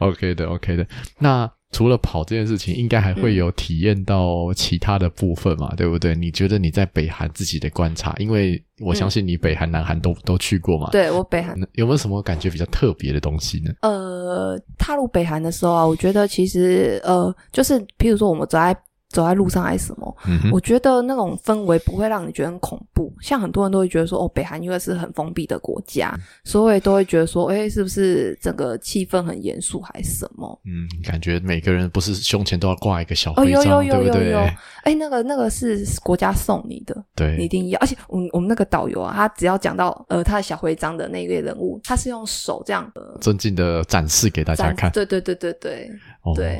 S1: OK 的，OK 的。那除了跑这件事情，应该还会
S2: 嗯
S1: 有体验到其他的部分嘛，对不对？你觉得你在北韩自己的观察，因为我相信你北韩、南韩都都去过嘛，
S2: 对我北韩。
S1: 那有没有什么感觉比较特别的东西呢？
S2: 呃，踏入北韩的时候啊，我觉得其实呃，就是譬如说我们走在走在路上还是什么，
S1: 嗯哼，
S2: 我觉得那种氛围不会让你觉得很恐怖。像很多人都会觉得说，哦，北韩因为是很封闭的国
S1: 嗯
S2: 家，所以都会觉得说，哎，是不是整个气氛很严肃还是什么？
S1: 嗯，感觉每个人不是胸前都要挂一个小
S2: 哦，
S1: 徽
S2: 有
S1: 章，
S2: 有有
S1: 对不
S2: 有
S1: 对？
S2: 有，哎，那个那个是国家送你的，你
S1: 对，
S2: 一定要。而且我们我们那个导游啊，他只要讲到呃他的小徽章的那一类人物，他是用手这样呃
S1: 尊敬的展示给大家
S2: 展
S1: 看，
S2: 对对对对对，
S1: 哦
S2: 对，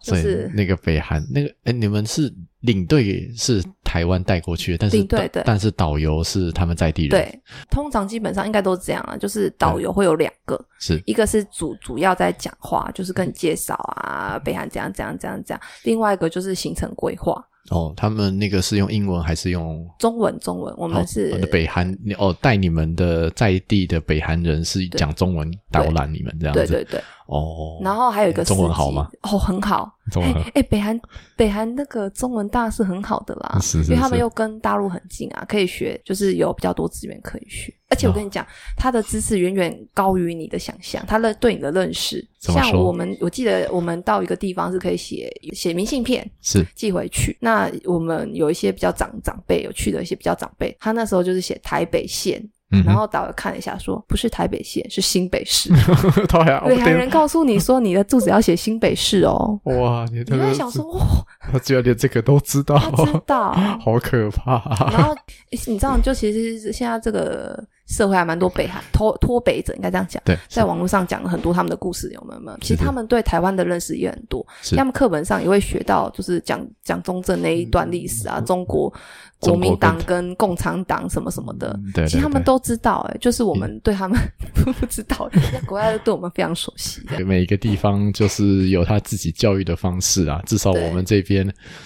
S1: 所
S2: 就
S1: 以
S2: 是
S1: 那个北韩那个，哎、你们是领队是台湾带过去的，但是
S2: 领队
S1: 导
S2: 对
S1: 但是导游是他们在地人，，
S2: 对，通常基本上应该都是这样啊，就是导游会有两个，
S1: 是
S2: 一个是主主要在讲话，就是跟你介绍啊，北韩怎样怎样怎样怎样；另外一个就是行程规划，
S1: 哦，他们那个是用英文还是用？
S2: 中文中文，我
S1: 我
S2: 们是、
S1: 哦北韩哦，带你们的在地的北韩人是讲中文导览你们这样子
S2: 对对对，
S1: 哦，
S2: 然后还有一个
S1: 中文
S2: 司机
S1: 好吗？
S2: 哦，很好。
S1: 中文很
S2: 哎、北韩北韩那个中文大是很好的啦，
S1: 是是
S2: 因为他们
S1: 是
S2: 又跟大陆很近啊，可以学，就是有比较多资源可以学。
S1: 哦
S2: 而且我跟你讲，他的知识远远高于你的想象，他的对你的认识。
S1: 怎么
S2: 像
S1: 说
S2: 我们，我记得我们到一个地方是可以写写明信片，
S1: 是
S2: 寄回去。那我们有一些比较长长辈有去的一些比较长辈，他那时候就是写台北县，
S1: 嗯哼
S2: 然后导游看了一下说不是台北县，是新北市。
S1: 对啊，我
S2: 北韩
S1: 天
S2: 人告诉你说你的住址要写新北市哦。
S1: 哇，你这
S2: 你
S1: 个
S2: 会想说，哦，
S1: 他居然连这个都知道，
S2: 他知道。
S1: 好可怕、
S2: 然后你知道，就其实现在这个社会还蛮多北韩脱脱北者，应该这样讲。
S1: 对，
S2: 在网络上讲了很多他们的故事，有没有没有？其实
S1: 是的
S2: 他们对台湾的认识也很多，
S1: 是
S2: 他们课本上也会学到，就是讲讲中正那一段历
S1: 嗯
S2: 史啊，中国
S1: 中
S2: 国
S1: 国
S2: 民党
S1: 跟
S2: 跟共产党什么什么的。
S1: 对，
S2: 其实他们
S1: 对
S2: 都知道、
S1: 嗯
S2: 哎，就是我们对他们 不知道，国外对我们非常熟悉的。
S1: 对每一个地方就是有他自己教育的方式啊。至少
S2: 对
S1: 我们这边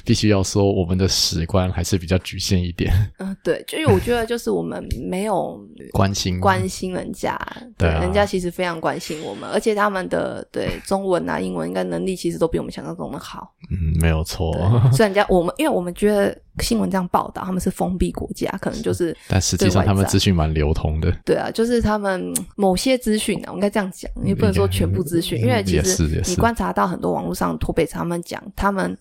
S1: 必须要说，我们的史观还是比较局限一点，
S2: 嗯、对，就因为我觉得就是我们没有
S1: 关心
S2: 关心人家，
S1: 嗯对啊
S2: 人家其实非常关心我们，而且他们的对中文啊、英文应该能力其实都比我们想象中 的好。
S1: 嗯，没有错。
S2: 对，虽然人家我们，因为我们觉得新闻这样报道，他们是封闭国家，可能就是
S1: 但实际上，他们资讯蛮流通的，
S2: 对啊，就是他们嗯某些资讯啊，我应该这样讲，也不能说全部资讯，
S1: 嗯
S2: 因为其
S1: 也是
S2: 实
S1: 也是
S2: 你观察到很多网络上脱北者他们讲，他们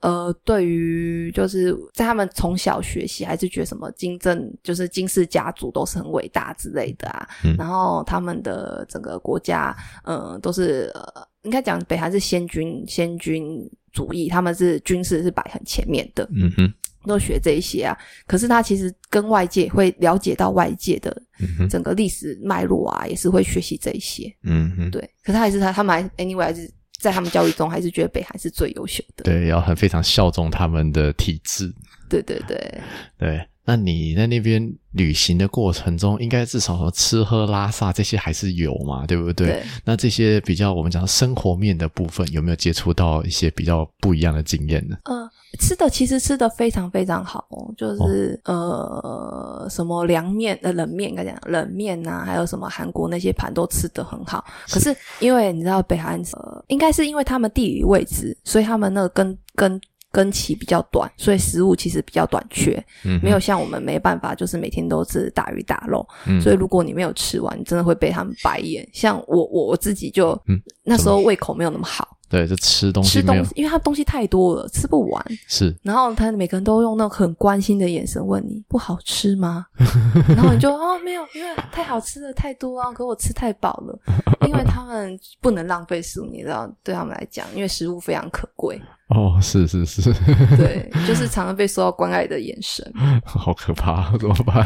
S2: 呃，对于就是在他们从小学习，还是觉得什么金正就是金氏家族都是很伟大之类的啊，
S1: 嗯
S2: 然后他们的整个国家呃都是呃应该讲北韩是先军先军主义，他们是军事是摆很前面的，
S1: 嗯哼，
S2: 都学这一些啊。可是他其实跟外界会了解到外界的
S1: 嗯哼，
S2: 整个历史脉络啊，也是会学习这一些。
S1: 嗯哼，
S2: 对，可是他还是他他们还 anyway 还是在他们教育中还是觉得北韩是最优秀的。
S1: 对，要很非常效忠他们的体制。
S2: 对对对，
S1: 对，那你在那边旅行的过程中，应该至少说吃喝拉撒这些还是有嘛，对不对？
S2: 对
S1: 那这些比较我们讲生活面的部分，有没有接触到一些比较不一样的经验呢？
S2: 嗯、吃的其实吃的非常非常好哦，就是、
S1: 哦
S2: 呃什么凉面呃冷面应该讲冷面呐、还有什么韩国那些盘都吃的很好。可是因为你知道北韩呃，应该是因为他们地理位置，所以他们那个根根根期比较短，所以食物其实比较短缺。
S1: 嗯哼，
S2: 没有像我们没办法，就是每天都吃大鱼大肉，
S1: 嗯
S2: 所以如果你没有吃完，你真的会被他们白眼。像我我我自己就、
S1: 嗯
S2: 那时候胃口没有那么好，
S1: 对，就吃东西
S2: 吃
S1: 没
S2: 东
S1: 有
S2: 西，因为他东西太多了，吃不完。
S1: 是
S2: 然后他每个人都用那种很关心的眼神问你不好吃吗？ 然后你就哦没有，因为太好吃了太多啊，可我吃太饱了， 因为他们不能浪费食物，你知道，对他们来讲，因为食物非常可贵，
S1: 哦，是是是，
S2: 对，就是常常被受到关爱的眼神。
S1: 好可怕，啊怎么办？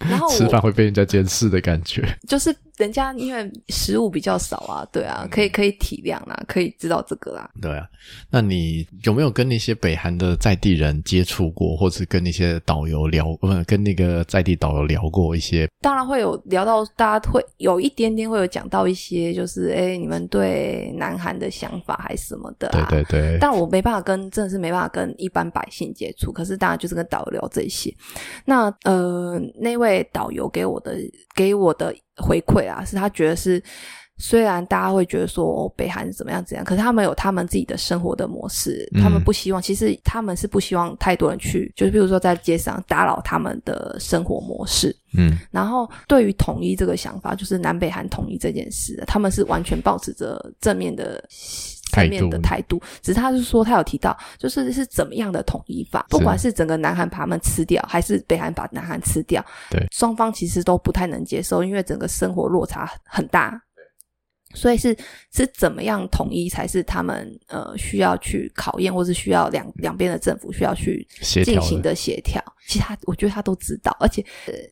S2: 然后我
S1: 吃饭会被人家监视的感觉。
S2: 就是人家因为食物比较少啊，对啊，可以
S1: 嗯
S2: 可以体谅啦，可以知道这个啦。
S1: 对啊，那你有没有跟那些北韩的在地人接触过，或者跟那些导游聊，不、是跟那个在地导游聊过一些？
S2: 当然会有聊到，大家会有一点点会有讲到一些，就是哎、诶你们对南韩的想法还是什么的啊。
S1: 对对对，
S2: 但我没办法跟，真的是没办法跟一般百姓接触。可是当然就是跟导游聊这些。那呃，那位导游给我的给我的回馈啊，是他觉得是。虽然大家会觉得说、哦北哦韩怎么样怎么样，可是他们有他们自己的生活的模式，
S1: 嗯
S2: 他们不希望，其实他们是不希望太多人去，就是比如说在街上打扰他们的生活模式。
S1: 嗯
S2: 然后对于统一这个想法，就是南北韩统一这件事，他们是完全保持着正面的
S1: 态
S2: 正
S1: 度
S2: 面的态度。只是他是说，他有提到，就是是怎么样的统一法，不管是整个南韩把他们吃掉，还是北韩把南韩吃掉，
S1: 对
S2: 双方其实都不太能接受，因为整个生活落差很大。所以是是怎么样统一才是他们呃需要去考验，或是需要两两边的政府需要去
S1: 协调
S2: 进
S1: 的
S2: 行的协调。其实他我觉得他都知道，而且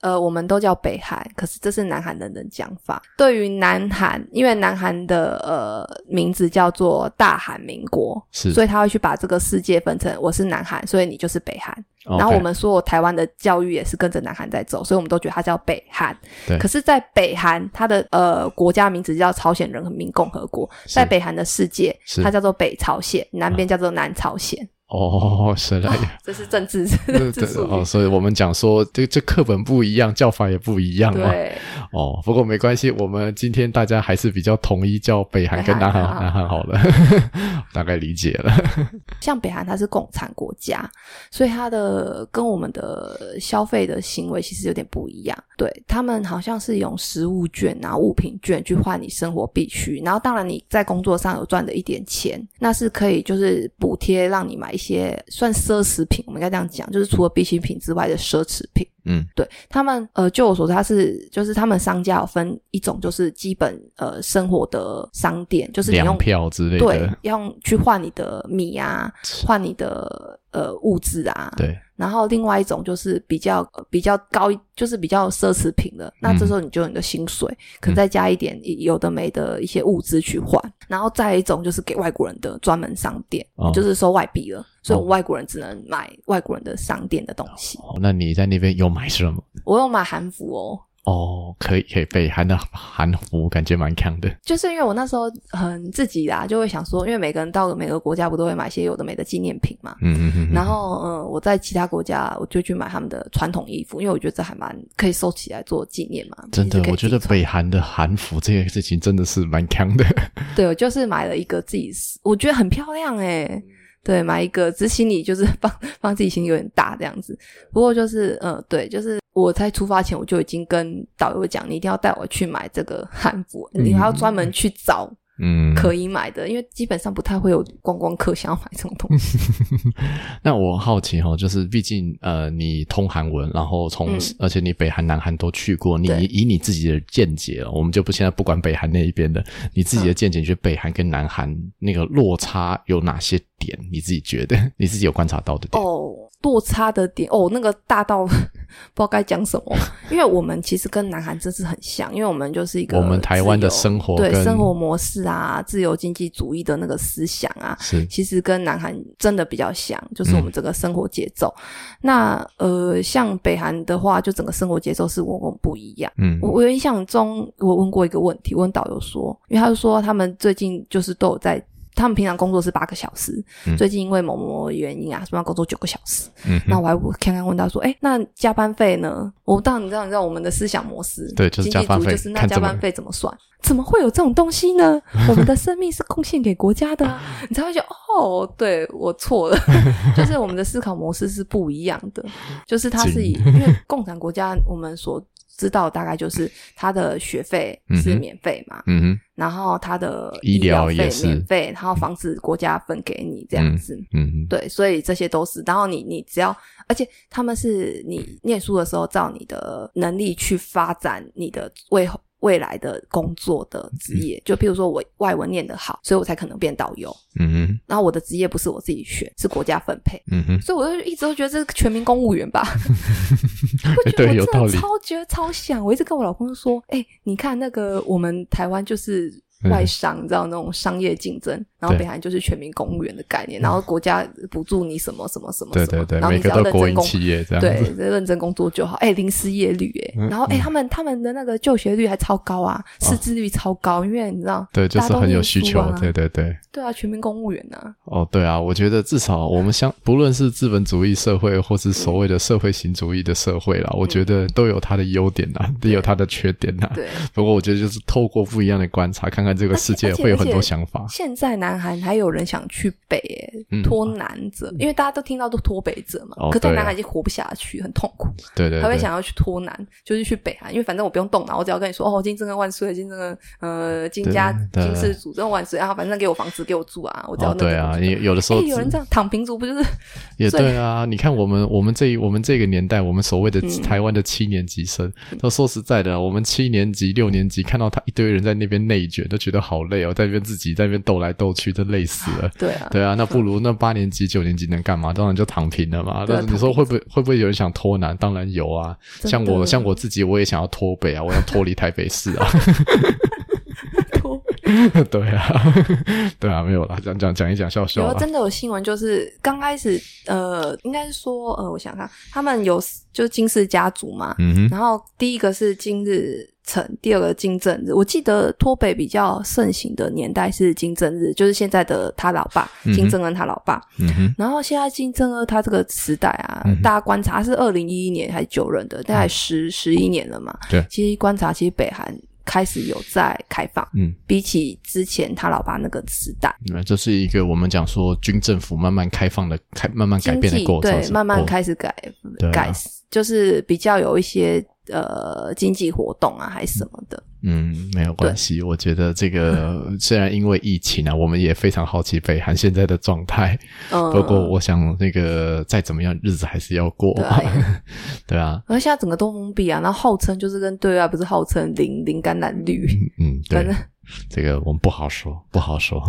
S2: 呃，我们都叫北韩，可是这是南韩人的讲法。对于南韩，因为南韩的呃名字叫做大韩民国，
S1: 是
S2: 所以他会去把这个世界分成我是南韩，所以你就是北韩。
S1: 哦 OK，
S2: 然后我们所有台湾的教育也是跟着南韩在走，所以我们都觉得它叫北韩
S1: 对。
S2: 可是，在北韩，它的呃国家名字叫朝鲜人民共和国，
S1: 是
S2: 在北韩的世界
S1: 是，啊
S2: 它叫做北朝鲜，南边叫做南朝鲜。
S1: 哦，是的，
S2: 这是政治
S1: 对
S2: 政治
S1: 对
S2: 术
S1: 哦，
S2: 语。
S1: 所以我们讲说，这这课本不一样，叫法也不一样啊嘛。
S2: 对，
S1: 哦，不过没关系，我们今天大家还是比较统一叫北韩跟南韩，
S2: 北韩啊
S1: 南韩好了， 大概理解了。
S2: 像北韩它是共产国家，所以它的跟我们的消费的行为其实有点不一样。对他们好像是用食物券啊、物品券去换你生活必须，然后当然你在工作上有赚的一点钱，那是可以就是补贴让你买一些算奢侈品，我们应该这样讲，就是除了必需品之外的奢侈品。
S1: 嗯，
S2: 对他们，呃，就我所知，它是就是他们商家有分一种就是基本呃生活的商店，就是你
S1: 粮
S2: 用
S1: 票之类
S2: 对
S1: 的，，
S2: 要用去换你的米啊，换你的呃物质啊，
S1: 对，
S2: 然后另外一种就是比较呃比较高一，就是比较奢侈品的。那
S1: 嗯
S2: 这时候你就有你的薪水，可能再加一点有的没的一些物资去换。然后再一种就是给外国人的专门商店，
S1: 哦
S2: 就是收外币了，所以
S1: 哦
S2: 我外国人只能买外国人的商店的东西。
S1: 哦那你在那边有买什么？
S2: 我有买韩服哦，
S1: 哦，可以可以，北韩的韩服感觉蛮强的。
S2: 就是因为我那时候很自己啦，就会想说，因为每个人到每个国家不都会买一些有的没的纪念品嘛。
S1: 嗯嗯嗯嗯。
S2: 然后，嗯，我在其他国家，我就去买他们的传统衣服，因为我觉得这还蛮可以收起来做纪念嘛。
S1: 真
S2: 平时
S1: 的
S2: 可，以
S1: 我觉得
S2: 自己穿
S1: 北韩的韩服这件事情真的是蛮强的。
S2: 对，我就是买了一个自己，我觉得很漂亮诶、对，买一个，只是心里就是放放自己心里有点大这样子。不过就是，嗯，对，就是我在出发前我就已经跟导游讲，你一定要带我去买这个汉服，你还要专门去找
S1: 嗯，
S2: 可以买的，因为基本上不太会有观光客想要买这种东西。
S1: 那我好奇哈、哦，就是毕竟呃，你通韩文，然后从、
S2: 嗯
S1: 而且你北韩、南韩都去过，你
S2: 对
S1: 以你自己的见解哦，我们就不现在不管北韩那一边的，你自己的见解，觉得北韩跟南韩那个落差有哪些点？你自己觉得你自己有观察到的点？
S2: 哦，落差的点哦，那个大到 不知道该讲什么，因为我们其实跟南韩真是很像，因为我们就是一 个
S1: 我们台湾的
S2: 自由
S1: 生活
S2: 对
S1: 跟
S2: 生活模式啊，自由经济主义的那个思想啊，
S1: 是
S2: 其实跟南韩真的比较像，
S1: 嗯
S2: 就是我们整个生活节奏。那呃，像北韩的话，就整个生活节奏是跟我们不一样。
S1: 嗯
S2: 我我有印象中，我问过一个问题，我问导游说，因为他就说他们最近就是都有在，他们平常工作是八个小时，
S1: 嗯
S2: 最近因为某某原因啊，说要工作九个小时。
S1: 嗯哼
S2: 那我还刚刚问他说，哎、那加班费呢？我当然你知道，你知道我们的思想模式，
S1: 对就是
S2: 经济
S1: 加班
S2: 主义
S1: 费
S2: 就是那
S1: 看
S2: 加
S1: 怎么
S2: 班费怎么算？怎么会有这种东西呢？我们的生命是贡献给国家的啊、你才会觉得哦，对我错了， 就是我们的思考模式是不一样的，就是它是以因为共产国家我们所知道大概就是它的学费是
S1: 嗯哼
S2: 免费嘛，
S1: 嗯哼
S2: 然后它的
S1: 医疗
S2: 疗费
S1: 也是
S2: 免费，然后房子国家分给你这样子。
S1: 嗯哼
S2: 对，所以这些都是，然后你你只要，而且他们是你念书的时候，照你的能力去发展你的未后未来的工作的职业。就譬如说我外文念得好，所以我才可能变导游。
S1: 嗯哼
S2: 然后我的职业不是我自己选，是国家分配。
S1: 嗯哼，
S2: 所以我就一直都觉得这是全民公务员 吧，我
S1: 哎
S2: 觉得
S1: 对，有
S2: 我
S1: 道
S2: 真的
S1: 理，
S2: 超觉得超像。我一直跟我老公说，哎、你看那个我们台湾就是外商，你知道那种商业竞争，然后
S1: 嗯对嗯
S2: 北韩就是全民公务员的概念，然后国家补助你什么什么什么什
S1: 对
S2: 么，
S1: 对对，
S2: 然后
S1: 每
S2: 你只
S1: 个
S2: 要
S1: 都
S2: 认
S1: 国
S2: 真
S1: 营
S2: 工
S1: 企业这样
S2: 对
S1: 子，，
S2: 认真工作就好。哎、零失业率哎、
S1: 嗯哦
S2: 然后哎、他们他们的那个就学率还超高啊，识字率超高，因为你知道，
S1: 对，就是
S2: 大家都
S1: 很有
S2: 念
S1: 需
S2: 书
S1: 求
S2: 啊，
S1: 对对对。
S2: 对啊，全民公务员呐、啊，
S1: 哦，对啊，我觉得至少我们相，不论是资本主义社会，或是所谓的社会型主义的社会啦，我觉得都有它的优点啦，也有它的缺点啦。
S2: 嗯对。
S1: 不过我觉得就是透过不一样的观察，看看这个世界
S2: 而且
S1: 会有很
S2: 而且
S1: 多想法。
S2: 现在南韩还有人想去北、欸
S1: 啊嗯
S2: 脱南者，因为大家都听到都脱北者嘛，
S1: 哦
S2: 可在
S1: 对啊
S2: 南韩已经活不下去，很痛苦，
S1: 对对
S2: 还会
S1: 对，
S2: 想要去脱南，就是去北韩，因为反正我不用动脑，我只要跟你说哦，金正恩万岁，金正恩呃金家
S1: 对对
S2: 金氏祖宗万岁啊，反正给我房子给我住啊，我只要
S1: 哦
S2: 那个
S1: 对啊，
S2: 东西
S1: 也有的时候
S2: 哎，有人这样躺平族不就是
S1: 也
S2: 最
S1: 对啊，你看我们我们这一我们这个年代，我们所谓
S2: 嗯
S1: 的台湾的七年级生，都、说实在的，我们七年级、六年级看到他一堆人在那边内卷，都觉得好累哦，在那边自己在那边斗来斗去，都累死了。
S2: 对啊？
S1: 对啊，那不如那八年级、九年级能干嘛？当然就躺平了嘛。
S2: 对啊
S1: 但是你说会不会会不会有人想脱南？当然有啊，
S2: 真
S1: 像
S2: 的
S1: 我像我自己，我也想要脱北啊，我要脱离台北市啊。
S2: 脱
S1: 对啊，对啊，没有啦，讲讲讲一讲笑笑啊
S2: 有
S1: 啦。
S2: 真的有新闻，就是刚开始呃，应该是说呃，我想看他们有就是金氏家族嘛，
S1: 嗯哼，
S2: 然后第一个是金日成，第二个金正日。我记得脱北比较盛行的年代是金正日，就是现在的他老爸
S1: 嗯哼
S2: 金正恩他老爸。
S1: 嗯哼，
S2: 然后现在金正恩他这个时代啊，
S1: 嗯哼嗯
S2: 大家观察他是二零一一年还是九任的，大概十十一年了嘛。
S1: 对
S2: 其实观察其实北韩开始有在开放，
S1: 嗯，
S2: 比起之前他老爸那个时代。
S1: 那这是一个我们讲说军政府慢慢开放的开慢慢改
S2: 经
S1: 变的
S2: 济
S1: 过程
S2: 对，
S1: 是，
S2: 慢慢
S1: 哦
S2: 开始改、
S1: 对啊
S2: 改，就是比较有一些呃经济活动啊，还是什么的。
S1: 嗯，没有关系。我觉得这 个虽然因为疫情啊，我们也非常好奇北韩现在的状态。
S2: 嗯，
S1: 不过我想，那个再怎么样，日子还是要过嘛。 对啊，
S2: 然后现在整个都封闭啊，然后号称就是跟对外不是号称零零感染率，
S1: 嗯，
S2: 反
S1: 对
S2: 正，
S1: 这个我们不好说，不好 说。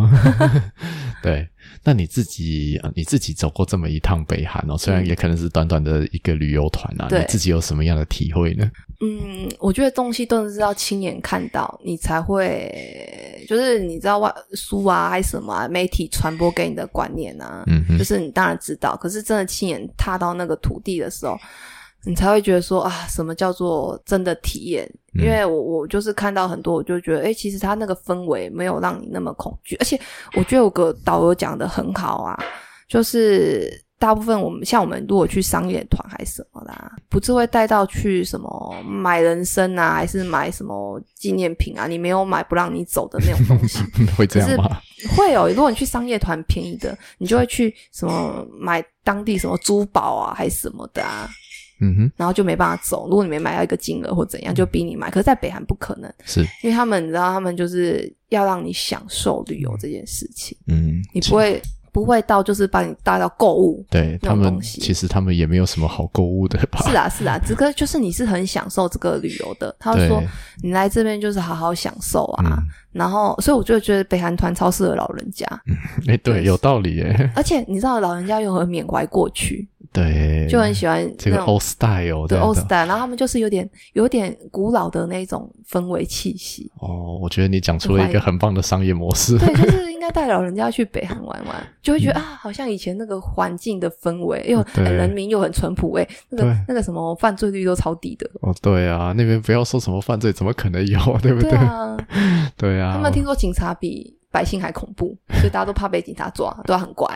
S1: 对，那你自己呃你自己走过这么一趟北韩哦，虽然也可能是短短的一个旅游团啊，
S2: 嗯对
S1: 你自己有什么样的体会呢？
S2: 嗯，我觉得东西都是要亲眼看到，你才会，就是你知道外书啊还是什么、啊、媒体传播给你的观念啊，
S1: 嗯哼
S2: 就是你当然知道，可是真的亲眼踏到那个土地的时候，你才会觉得说啊，什么叫做真的体验？
S1: 嗯
S2: 因为我我就是看到很多，我就觉得，哎、其实他那个氛围没有让你那么恐惧，而且我觉得有个导游讲的很好啊，就是大部分我们像我们如果去商业团还是什么啦，不是会带到去什么买人参啊，还是买什么纪念品啊，你没有买不让你走的那种东西，
S1: 会这样吗？
S2: 会哦有，如果你去商业团便宜的，你就会去什么买当地什么珠宝啊，还是什么的啊，
S1: 嗯哼，
S2: 然后就没办法走。如果你没买到一个金额或怎样，就逼你买。可是，在北韩不可能，
S1: 是，
S2: 因为他们你知道，他们就是要让你享受旅游这件事情，
S1: 嗯，
S2: 你不会不会到就是把你带到购物。
S1: 对
S2: 那
S1: 他
S2: 种
S1: 们
S2: 东西
S1: 其实他们也没有什么好购物的吧？
S2: 是啊，是啊，只可就是你是很享受这个旅游的。他
S1: 对
S2: 说你来这边就是好好享受啊，
S1: 嗯
S2: 然后所以我就觉得北韩团超适合老人家，
S1: 哎，对，有道理耶，
S2: 而且你知道老人家又很缅怀过去，
S1: 对，
S2: 就很喜欢
S1: 这
S2: 那
S1: 个
S2: 种
S1: old style 这
S2: 对
S1: 样
S2: old
S1: 的
S2: style，然后他们就是有点有点古老的那种氛围 气息。
S1: 哦，我觉得你讲出了一个很棒的商业模式。
S2: 对，就是应该带老人家去北韩玩玩，就会觉得、啊，好像以前那个环境的氛围，又、
S1: 嗯对
S2: 哎人民又很淳朴、哎，那个
S1: 对
S2: 那个什么犯罪率都超低的。
S1: 哦，对啊，那边不要说什么犯罪，怎么可能有，对不
S2: 对
S1: 对？
S2: 啊，
S1: 对啊，
S2: 他们听说警察比百姓还恐怖，所以大家都怕被警察抓，都要很乖。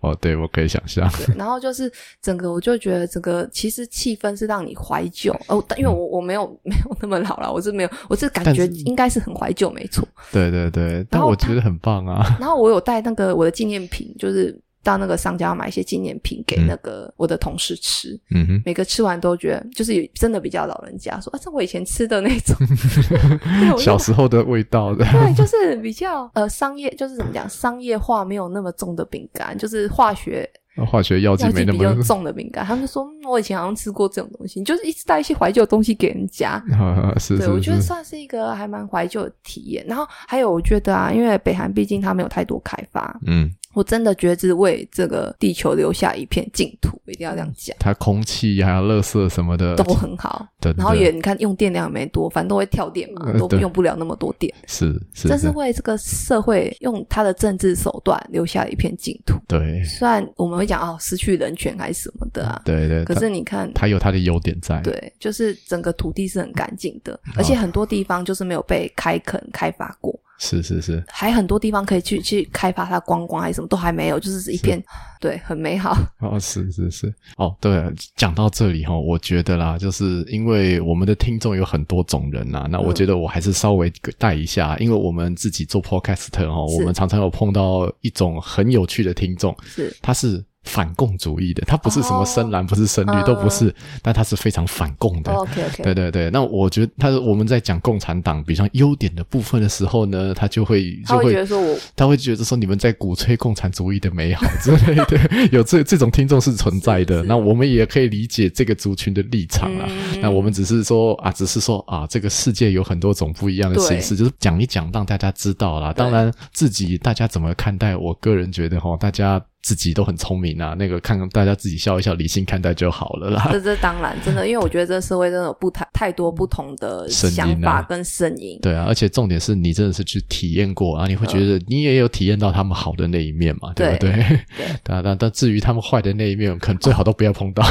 S1: 哦，对，我可以想 象，
S2: 对，然后就是整个，我就觉得整个其实气氛是让你怀旧哦，但因为我我没有没有那么老了，我是没有，我是感
S1: 嗯但
S2: 觉
S1: 是
S2: 应该是很怀旧，没错。
S1: 对对对，但
S2: 后
S1: 我觉得很棒 啊，
S2: 然后我有带那个我的纪念品，就是到那个商家买一些纪念品给那个我的同事吃，
S1: 嗯哼，
S2: 每个吃完都觉得就是有真的比较老人家说啊，这我以前吃的那 种，对，我就
S1: 小时候的味 道 的，
S2: 对，就是比较呃商业，就是怎么讲，商业化没有那么重的饼干，就是化学
S1: 化学药剂
S2: 药
S1: 没
S2: 剂
S1: 那
S2: 比
S1: 么
S2: 较重的饼干，他们就说、嗯我以前好像吃过这种东西，你就是一直带一些怀旧的东西给人家。
S1: 啊， 是
S2: 对，我
S1: 是
S2: 觉得
S1: 是，
S2: 算是一个还蛮怀旧的体验。然后还有，我觉得啊，因为北韩毕竟它没有太多开发，
S1: 嗯，
S2: 我真的觉得是为这个地球留下一片净土，我一定要这样讲，
S1: 它空气还有垃圾什么的，
S2: 都很好。
S1: 真的
S2: 然后也你看用电量也没多，反正都会跳电嘛，
S1: 啊呃
S2: 都
S1: 对
S2: 用不了那么多电。
S1: 是是
S2: 这是为这个社会用他的政治手段留下一片净土。
S1: 对
S2: 虽然我们会讲哦，失去人权还是什么的啊，
S1: 对对，
S2: 可
S1: 它
S2: 是你看，
S1: 它有它的优点在，
S2: 对，就是整个土地是很干净的，
S1: 嗯哦
S2: 而且很多地方就是没有被开垦开发过，
S1: 是是是，
S2: 还很多地方可以去去开发它观光还是什么都还没有，就是一片对很美好。
S1: 哦，是是是，哦，对了，讲到这里哈、哦，我觉得啦，就是因为我们的听众有很多种人呐、
S2: 嗯
S1: 那我觉得我还是稍微带一下，因为我们自己做 podcast 哦，
S2: 是
S1: 我们常常有碰到一种很有趣的听众，
S2: 是
S1: 他是反共主义的，他不是什么深蓝，不是深绿，
S2: 哦嗯
S1: 都不是，但他是非常反共的。
S2: OK OK，
S1: 对对对，那我觉得他我们在讲共产党比较优点的部分的时候呢，他就会
S2: 他
S1: 就
S2: 会
S1: 会
S2: 觉得说我
S1: 他会觉得说你们在鼓吹共产主义的美好之类 的，有这这种听众是存在的。
S2: 是
S1: 那我们也可以理解这个族群的立场啦。
S2: 嗯
S1: 那我们只是说啊，只是说啊，这个世界有很多种不一样的形式，就是讲一讲，让大家知道啦。当然，自己大家怎么看待，我个人觉得哈，大家自己都很聪明啊，那个看看大家自己笑一笑，理性看待就好了啦。
S2: 这这当然真的，因为我觉得这社会真的有不太太多不同的
S1: 声音啊
S2: 想法跟声音。
S1: 对啊，而且重点是你真的是去体验过啊，你会觉得你也有体验到他们好的那一面嘛，对不
S2: 嗯对
S1: 对？啊
S2: 对
S1: 但但但至于他们坏的那一面，可能最好都不要 碰到。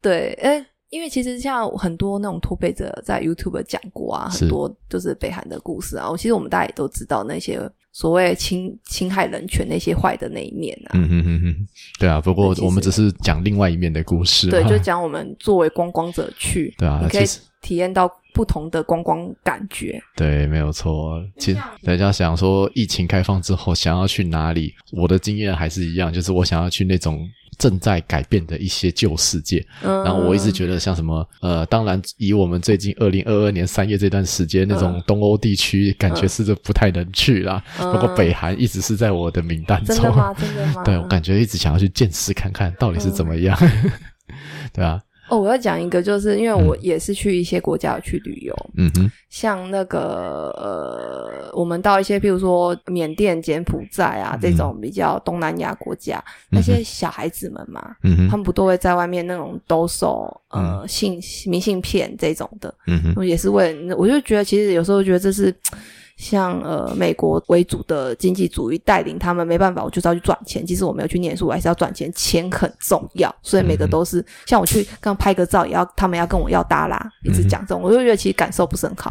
S2: 对，哎，因为其实像很多那种脱北者在 YouTube 讲过啊，
S1: 是
S2: 很多就是北韩的故事啊。我其实我们大家也都知道那些所谓侵侵害人权那些坏的那一面啊。
S1: 嗯嗯嗯嗯，对啊。不过
S2: 对其实
S1: 我们只是讲另外一面的故事、啊，
S2: 对，就讲我们作为观光者去，
S1: 对啊
S2: 你可
S1: 其
S2: 以
S1: 实
S2: 体验到不同的观光感觉。
S1: 对，没有错。其实人家想说，疫情开放之后想要去哪里，我的经验还是一样，就是我想要去那种正在改变的一些旧世界。
S2: 嗯，
S1: 然后我一直觉得像什么呃，当然以我们最近二零二二年三月这段时间那种东欧地区，感觉是不太能去啦。
S2: 嗯
S1: 不过北韩一直是在我的名单中
S2: 真，的吗？真的吗？
S1: 对我感觉一直想要去见识看看到底是怎
S2: 嗯
S1: 么样， 对啊，
S2: 哦，我要讲一个，就是因为我也是去一些国家有去旅游，
S1: 嗯哼，
S2: 像那个呃，我们到一些，譬如说缅甸、柬埔寨啊这种比较东南亚国家，那些小孩子们嘛，
S1: 嗯
S2: 他
S1: 哼，
S2: 们不都会在外面那种兜售呃、信明信片这种的，
S1: 嗯哼，
S2: 也是为了我就觉得其实有时候觉得这是像呃美国为主的经济主义带领他们没办法，我就是要去赚钱。即使我没有去念书，我还是要赚钱，钱很重要。所以
S1: 嗯
S2: 每个都是、像我去刚拍个照，也要他们要跟我要搭啦，一
S1: 嗯
S2: 直讲这种，我就觉得其实感受不是很好。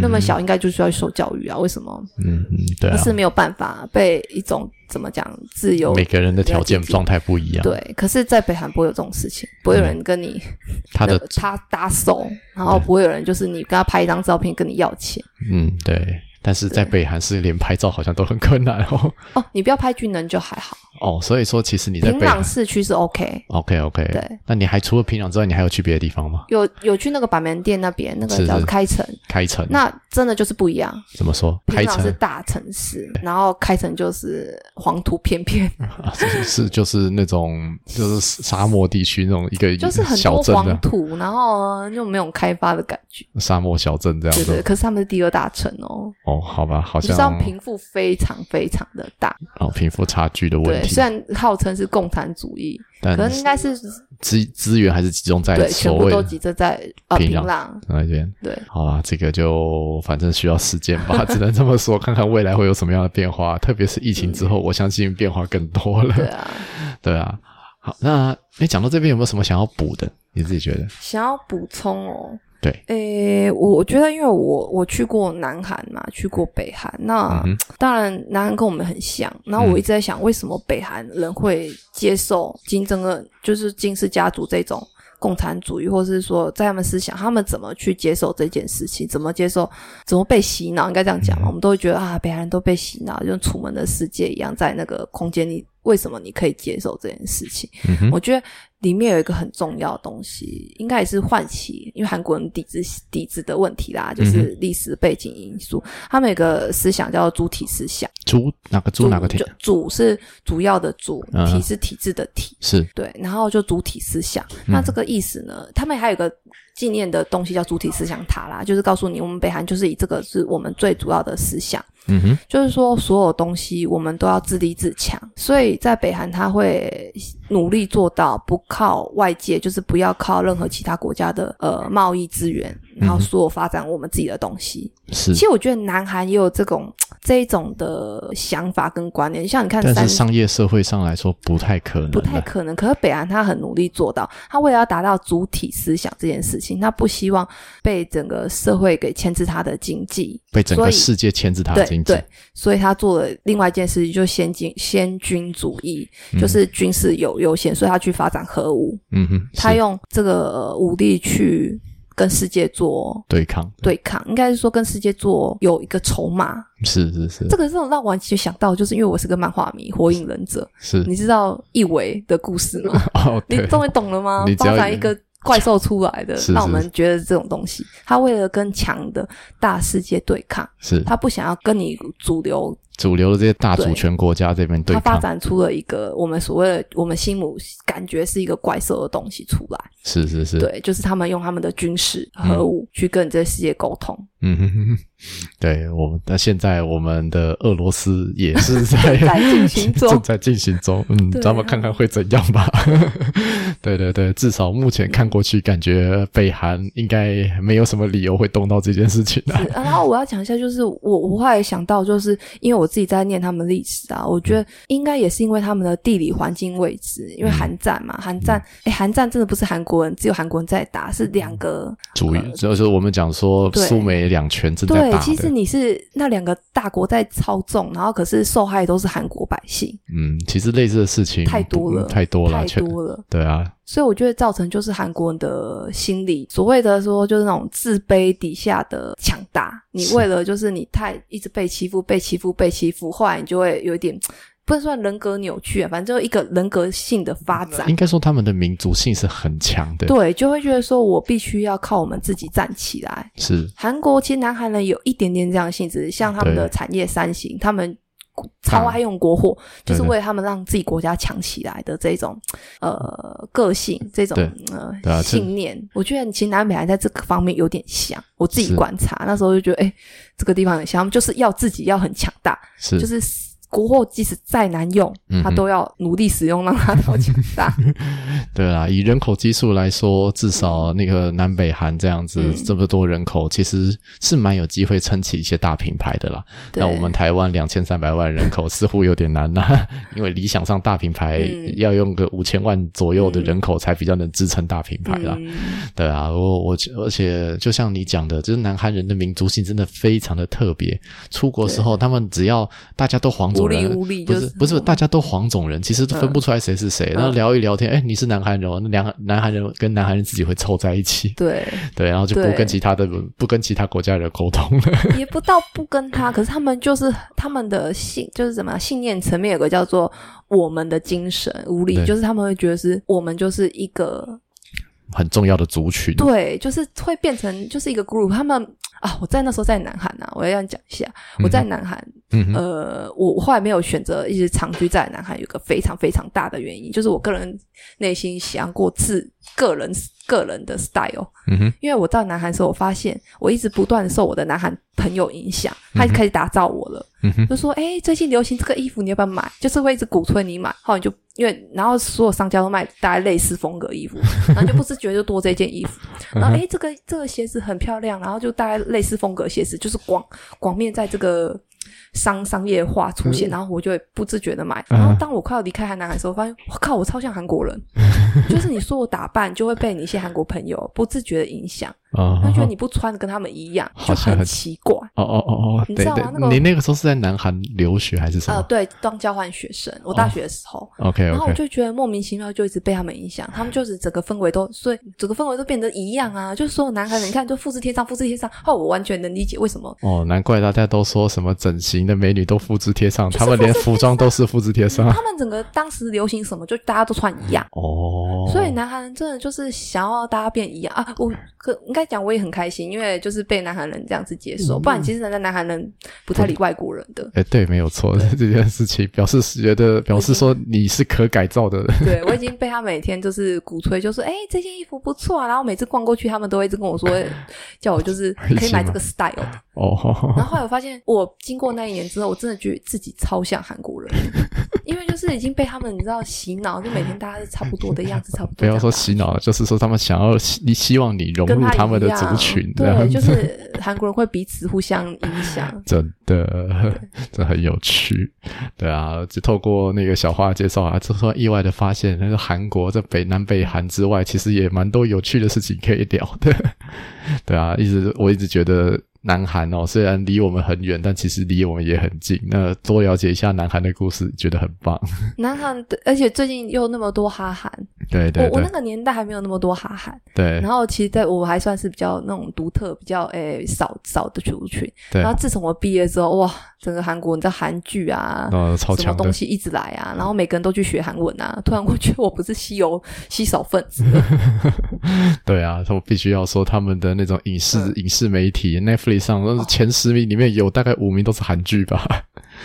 S2: 那么小应该就需要受教育啊？为什么？
S1: 嗯嗯，对
S2: 他
S1: 啊，
S2: 是没有办法被一种怎么讲自由
S1: 每个人的条件状态不一样，，
S2: 对，可是，在北韩不会有这种事情，不会有人跟你
S1: 嗯他的
S2: 那个他搭手，然后不会有人就是你跟他拍一张照片跟你要钱
S1: 嗯对，但是在北韩是连拍照好像都很困难哦
S2: 哦，你不要拍军人就还好，
S1: 哦，所以说其实你在
S2: 平
S1: 北
S2: 壤
S1: 韩
S2: 市区是 OK。
S1: ，OK OK，
S2: 对，
S1: 那你还除了平壤之外，你还有去别的地方吗？
S2: 有有去那个板门店那边，那
S1: 是
S2: 个叫
S1: 是
S2: 开城，
S1: 开城，
S2: 那真的就是不一样。
S1: 怎么说？嗯
S2: 平
S1: 开
S2: 壤是
S1: 城
S2: 大城市，然后开城就是黄土翩翩，
S1: 啊是是就是那种就是沙漠地区那种一个
S2: 就是很
S1: 小
S2: 多
S1: 镇
S2: 黄
S1: 的
S2: 土，然后又没有开发的感觉，
S1: 沙漠小镇这样
S2: 对对。
S1: 子
S2: 可是他们是第二大城哦，
S1: 哦，好吧，好
S2: 就是要
S1: 像
S2: 贫富非常非常的大。
S1: 哦贫富差距的问
S2: 对，
S1: 题，
S2: 虽然号称是共产主义，
S1: 但
S2: 可能应该是
S1: 资资源还是集中在
S2: 对，
S1: 所
S2: 全部
S1: 谓
S2: 都
S1: 的
S2: 集中在呃
S1: 平
S2: 平
S1: 壤
S2: 壤，
S1: 那边。
S2: 对。
S1: 好啦，这个就反正需要时间 吧，只能这么说，看看未来会有什么样的变化。特别是疫情之后，我相信变化更多了。
S2: 嗯对啊，
S1: 对啊，好，那你讲到这边有没有什么想要补的？你自己觉得？
S2: 想要补充哦，
S1: 对，
S2: 诶，我我觉得，因为我我去过南韩嘛，去过北韩，那、
S1: 嗯
S2: 当然南韩跟我们很像，然后我一直在想，为什么北韩人会接受金正恩，就是金氏家族这种共产主义，或是说在他们思想，他们怎么去接受这件事情，怎么接受，怎么被洗脑，应该这样讲嘛，我们都会觉得啊，北韩人都被洗脑，就像楚门的世界一样，在那个空间里，为什么你可以接受这件事情？
S1: 嗯哼，
S2: 我觉得里面有一个很重要的东西，应该也是唤起因为韩国人底子底子的问题啦，
S1: 嗯
S2: 就是历史背景因素。他们有一个思想叫做主体思想，
S1: 猪哪个猪哪个体
S2: 就？主是主要的主，
S1: 嗯
S2: 体是体制的体。
S1: 是
S2: 对，然后就主体思想。
S1: 嗯
S2: 那这个意思呢，他们还有一个纪念的东西叫主体思想塔啦，就是告诉你，我们北韩就是以这个是我们最主要的思想。
S1: 嗯哼，
S2: 就是说所有东西我们都要自立自强，所以在北韩他会努力做到不靠外界，就是不要靠任何其他国家的呃贸易资源，
S1: 嗯
S2: 然后所有发展我们自己的东西。
S1: 是
S2: 其，实我觉得南韩也有这种这一种的想法跟观念，像你看
S1: 但
S2: 三
S1: 是商啊业社会上来说不太可能啊
S2: 不太
S1: 的。
S2: 可能。可是北韩他很努力做到，他为了要达到主体思想这件事情，他不希望被整个社会给牵制他的经济，
S1: 被整
S2: 所
S1: 个
S2: 以
S1: 世界牵制他的
S2: 对
S1: 经济
S2: 对，所以他做了另外一件事情，就是先进先军主义，就是军事有优先，所以他去发展核武，
S1: 嗯哼，
S2: 他
S1: 是
S2: 用这个呃武力去跟世界做
S1: 对抗，
S2: 对抗，应该是说跟世界做有一个筹码。
S1: 是是是
S2: 这个让让我就想到，就是因为我是个漫画迷，《火影忍者》，
S1: 是，
S2: 你知道一维的故事吗？
S1: 哦
S2: 你
S1: 对，
S2: 终于懂了吗
S1: 你？只要
S2: 发展一个怪兽出来的
S1: 是，
S2: 让我
S1: 是
S2: 们觉得这种东西，他为了跟强的大世界对抗，
S1: 是
S2: 他不想要跟你主流
S1: 主流的这些大主
S2: 对
S1: 权国家这边对
S2: 它发
S1: 抗，
S2: 展出了一个我们所谓的我们心目感觉是一个怪兽的东西出来。
S1: 是是是，
S2: 对，就是他们用他们的军事核武去跟这个世界沟通。
S1: 嗯哼哼哼， 对我们，那现在我们的俄罗斯也是在
S2: 在进行 中
S1: 正在进行中，嗯，
S2: 对啊
S1: 咱们看看会怎样吧。 对对对，至少目前看过去，感觉北韩应该没有什么理由会动到这件事情 啊。
S2: 是啊然后我要讲一下，就是我我后来想到，就是因为我自己在念他们历史啊，我
S1: 嗯
S2: 觉得应该也是因为他们的地理环境位置，因为韩战嘛，
S1: 嗯
S2: 韩战，哎，韩战真的不是韩国人，只有韩国人在打，是两个
S1: 主要就是我们讲说
S2: 呃对
S1: 苏美两权正在
S2: 对
S1: 打，
S2: 其实
S1: 的，
S2: 你是那两个大国在操纵，然后可是受害都是韩国百姓，
S1: 嗯，其实类似的事情
S2: 太多
S1: 不嗯
S2: 了，
S1: 太多了，
S2: 太
S1: 全
S2: 多了。
S1: 对啊，
S2: 所以我觉得造成就是韩国人的心理，所谓的说就是那种自卑底下的强大。你
S1: 是
S2: 为了就是你太一直被欺负、被欺负、被欺负，后来你就会有一点不能算人格扭曲啊，反正就一个人格性的发展
S1: 应。该说他们的民族性是很强的，
S2: 对，就会觉得说我必须要靠我们自己站起来。
S1: 是
S2: 韩国其实南韩人有一点点这样的性质，像他们的产业三型，他们超爱用国货，就
S1: 对
S2: 是
S1: 对
S2: 为了他们让自己国家强起来的这种呃个性，这种
S1: 对对啊这
S2: 呃信念。我觉得其实南北韩在这个方面有点像，我自己
S1: 是
S2: 观察那时候就觉得，哎，这个地方很像，他们就是要自己要很强大，
S1: 是
S2: 就是国货即使再难用，
S1: 嗯哼
S2: 它都要努力使用，让它多强大。
S1: 对啦，以人口基数来说，至少那个南北韩这样子、
S2: 嗯
S1: 这么多人口，其实是蛮有机会撑起一些大品牌的啦。
S2: 对
S1: 那我们台湾两千三百万人 口似乎有点难呐、 因为理想上大品牌
S2: 嗯
S1: 要用个五千万左右的人口才比较能支撑大品 牌啦。
S2: 嗯
S1: 对啊，我我而且就像你讲的，就是南韩人的民族性真的非常的特别。出国时候，他们只要大家都黄种人，
S2: 无理无理
S1: 不
S2: 就是是嗯
S1: 不是大家都黄种人，其实都分不出来谁是谁。然后聊一聊天，哎、你是南韩人哦，那两南韩人跟南韩人自己会凑在一起，
S2: 对，
S1: 对，然后就不
S2: 对
S1: 跟其他的不跟其他国家人沟通了。
S2: 也不到不跟他，可是他们就是他们的信，就是什么啊信念层面有个叫做我们的精神无理
S1: 对，
S2: 就是他们会觉得是我们就是一个
S1: 很重要的族群，
S2: 对，就是会变成就是一个 group。他们啊，我在那时候在南韩啊，我要这样讲一下，我在南韩，
S1: 嗯哼
S2: 呃，我我后来没有选择一直长居在南韩，有一个非常非常大的原因，就是我个人内心想过自个人个人的 style。
S1: 嗯哼，
S2: 因为我到南韩的时候，我发现我一直不断地受我的南韩朋友影响，他开始打造我了，
S1: 嗯哼
S2: 就说：“哎、最近流行这个衣服，你要不要买？”就是会一直鼓吹你买，后来你就因为然后所有商家都卖大概类似风格衣服，然后你就不自觉就多这件衣服，然后哎、诶这个这个鞋子很漂亮，然后就大概类似风格鞋子，就是广广面在这个。商商业化出现，然后我就会不自觉的买。然后当我快要离开韩南的时候，发现我靠，我超像韩国人，就是你说我打扮就会被你一些韩国朋友不自觉的影响，
S1: 啊
S2: 他觉得你不穿跟他们一样，
S1: 好
S2: 就
S1: 像
S2: 很
S1: 很
S2: 奇 怪。
S1: 哦哦哦哦，
S2: 你
S1: 对
S2: 知道
S1: 对
S2: 吗那，个
S1: 你那个时候是在南韩留学还是什
S2: 呃，
S1: 么
S2: 对，当交换学生，我
S1: 哦
S2: 大学的时候，
S1: ？OK
S2: 然后
S1: OK，
S2: 我就觉得莫名其妙，就一直被他们影响，他们就是整个氛围都，所以整个氛围都变得一样啊，就是所有男孩子，你看就复制贴上，复制贴上，哦，我完全能理解为什么。
S1: 哦，难怪大家都说什么整形的美女都复制贴上，
S2: 就是
S1: 她们连
S2: 复制贴
S1: 服装都是复制贴 上。
S2: 他们整个当时流行什么，就大家都穿一样，
S1: 哦，
S2: 所以南韩人真的就是想要大家变一样啊！我可应该讲我也很开心，因为就是被南韩人这样子接
S1: 嗯
S2: 受，不然其实人家南韩人不太理外国人的。
S1: 哎，对，没有错，这件事情表示觉得表示说你是可改造的，
S2: 对我已经被他每天就是鼓吹，就说哎、这件衣服不错啊，然后每次逛过去，他们都会一直跟我说，叫我 就是可以买这个 style 的。
S1: 哦，
S2: 啊 然后后来我发现，我经过那一年之后，我真的觉得自己超像韩国人，因为就是已经被他们你知道洗脑，就每天大家是差不多的样子，差不多
S1: 不
S2: 这样
S1: 要
S2: 吧。
S1: 说洗脑了，就是说他们想要希希望你融
S2: 跟
S1: 入
S2: 他
S1: 他们的
S2: 一样
S1: 族群，这
S2: 对，
S1: 样
S2: 就
S1: 子，。
S2: 是韩国人会彼此互相影响
S1: 真的， 这很有趣，对啊，就透过那个小花的介绍啊，就说意外的发现，那个韩国在北南北韩之外，其实也蛮多有趣的事情可以聊的， 对啊，一直我一直觉得。南韩哦，虽然离我们很远，但其实离我们也很近。那多了解一下南韩的故事，觉得很棒。
S2: 南韩的，而且最近又那么多哈韩，
S1: 对对
S2: 我我
S1: 对
S2: 那个年代还没有那么多哈韩。
S1: 对
S2: 然后其实对我还算是比较那种独特、比较诶、少少的族群。
S1: 对
S2: 然，后自从我毕业之后，哇，整个韩国你知道韩剧啊，
S1: 哦，超
S2: 什么
S1: 强的
S2: 东，西一直来啊，然后每个人都去学韩文啊。突然我觉得我不是稀有稀少分子 了，
S1: 对啊，我必须要说他们的那种影视、
S2: 嗯
S1: 影视媒体 Netflix 上，那前十名里面有大概五名都是韩剧吧？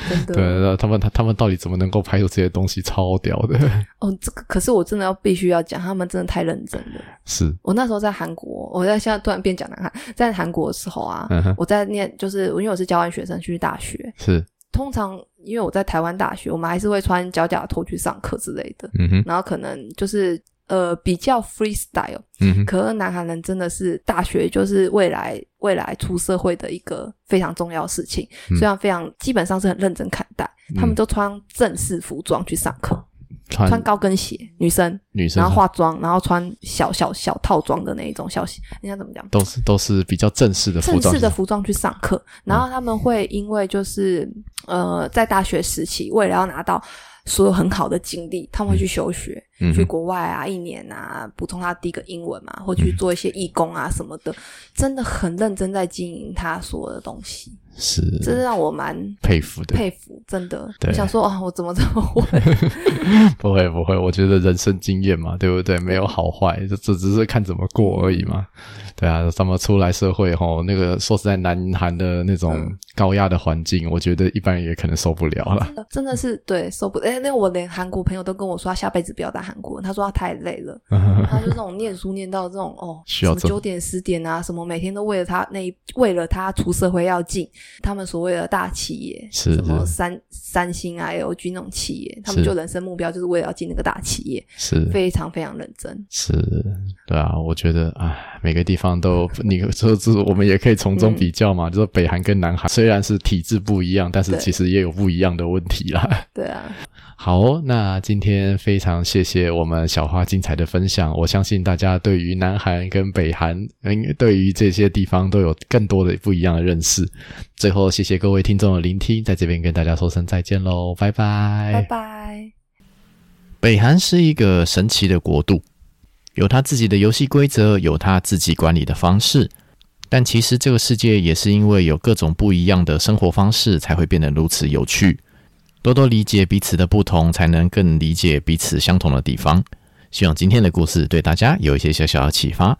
S2: 真的。
S1: 对，然后他们他他们到底怎么能够拍出这些东西，超屌 的，
S2: 哦，这个可是我真的要必须要讲，他们真的太认真了。
S1: 是，
S2: 我那时候在韩国，我在现在突然变讲南韩，在韩国的时候啊，
S1: 嗯哼，
S2: 我在念就是因为我是交换学生去大学，
S1: 是，
S2: 通常因为我在台湾大学，我们还是会穿脚甲头去上课之类的。
S1: 嗯哼，
S2: 然后可能就是呃比较 freestyle，
S1: 嗯哼，
S2: 可是南韩人真的是大学就是未来未来出社会的一个非常重要的事情，
S1: 嗯
S2: 虽然非常基本上是很认真看待，他们都穿正式服装去上课，穿
S1: 穿
S2: 高跟鞋，女生，
S1: 女生
S2: 然后化妆，然后穿小小小套装的那一种小，人家怎么讲？
S1: 都是都是比较正式的服
S2: 正
S1: 装，嗯
S2: 式的服装去上课，然后他们会因为就是呃，在大学时期，为了要拿到所有很好的经历，他们会去休学，
S1: 嗯
S2: 去
S1: 哼
S2: 国外啊，一年啊，补充他第一个英文
S1: 嗯
S2: 啊嘛，或去做一些义工啊什么的，真的很认真在经营他所有的东西。
S1: 是
S2: 这是让我蛮
S1: 佩服的。
S2: 佩服，真的。
S1: 对
S2: 我想说啊、我怎么这么会？
S1: 不会不会，我觉得人生经验嘛，对不对？没有好坏，这只只是看怎么过而已嘛。对啊，咱们出来社会吼，那个说实在，南韩的那种
S2: 嗯
S1: 高压的环境，我觉得一般人也可能受不了了。
S2: 真的是对受不哎，那个我连韩国朋友都跟我说，他下辈子不要当韩国人，他说他太累了，他就那种念书念到这种哦，
S1: 需
S2: 什
S1: 要
S2: 么
S1: 这么
S2: 九点十点啊，什么每天都为了他那一为了他出社会要进他们所谓的大企业，
S1: 是
S2: 什么
S1: 是
S2: 三三星啊、LG 那种企业，他们
S1: 是
S2: 就人生目标就是为了要进那个大企业，
S1: 是
S2: 非常非常认真。
S1: 是，对啊，我觉得啊，唉每个地方都，你说这我们也可以从中比较嘛，就是北韩跟南韩虽然是体制不一样，但是
S2: 对
S1: 其实也有不一样的问题啦。
S2: 对啊，
S1: 好哦，那今天非常谢谢我们小花精彩的分享。我相信大家对于南韩跟北韩，嗯，对于这些地方都有更多的不一样的认识。最后，谢谢各位听众的聆听，在这边跟大家说声再见喽，拜拜，
S2: 拜拜。
S3: 北韩是一个神奇的国度，有它自己的游戏规则，有它自己管理的方式。但其实这个世界也是因为有各种不一样的生活方式，才会变得如此有趣。多多理解彼此的不同，才能更理解彼此相同的地方。希望今天的故事对大家有一些小小的启发。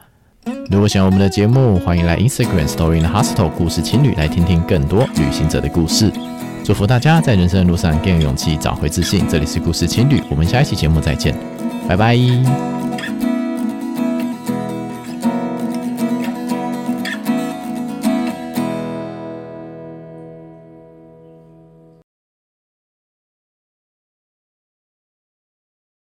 S3: 如果喜欢我们的节目，欢迎来 Instagram Story in the Hostel 故事情侣来听听更多旅行者的故事。祝福大家在人生的路上更有勇气，找回自信。这里是故事情侣，我们下一期节目再见，拜拜。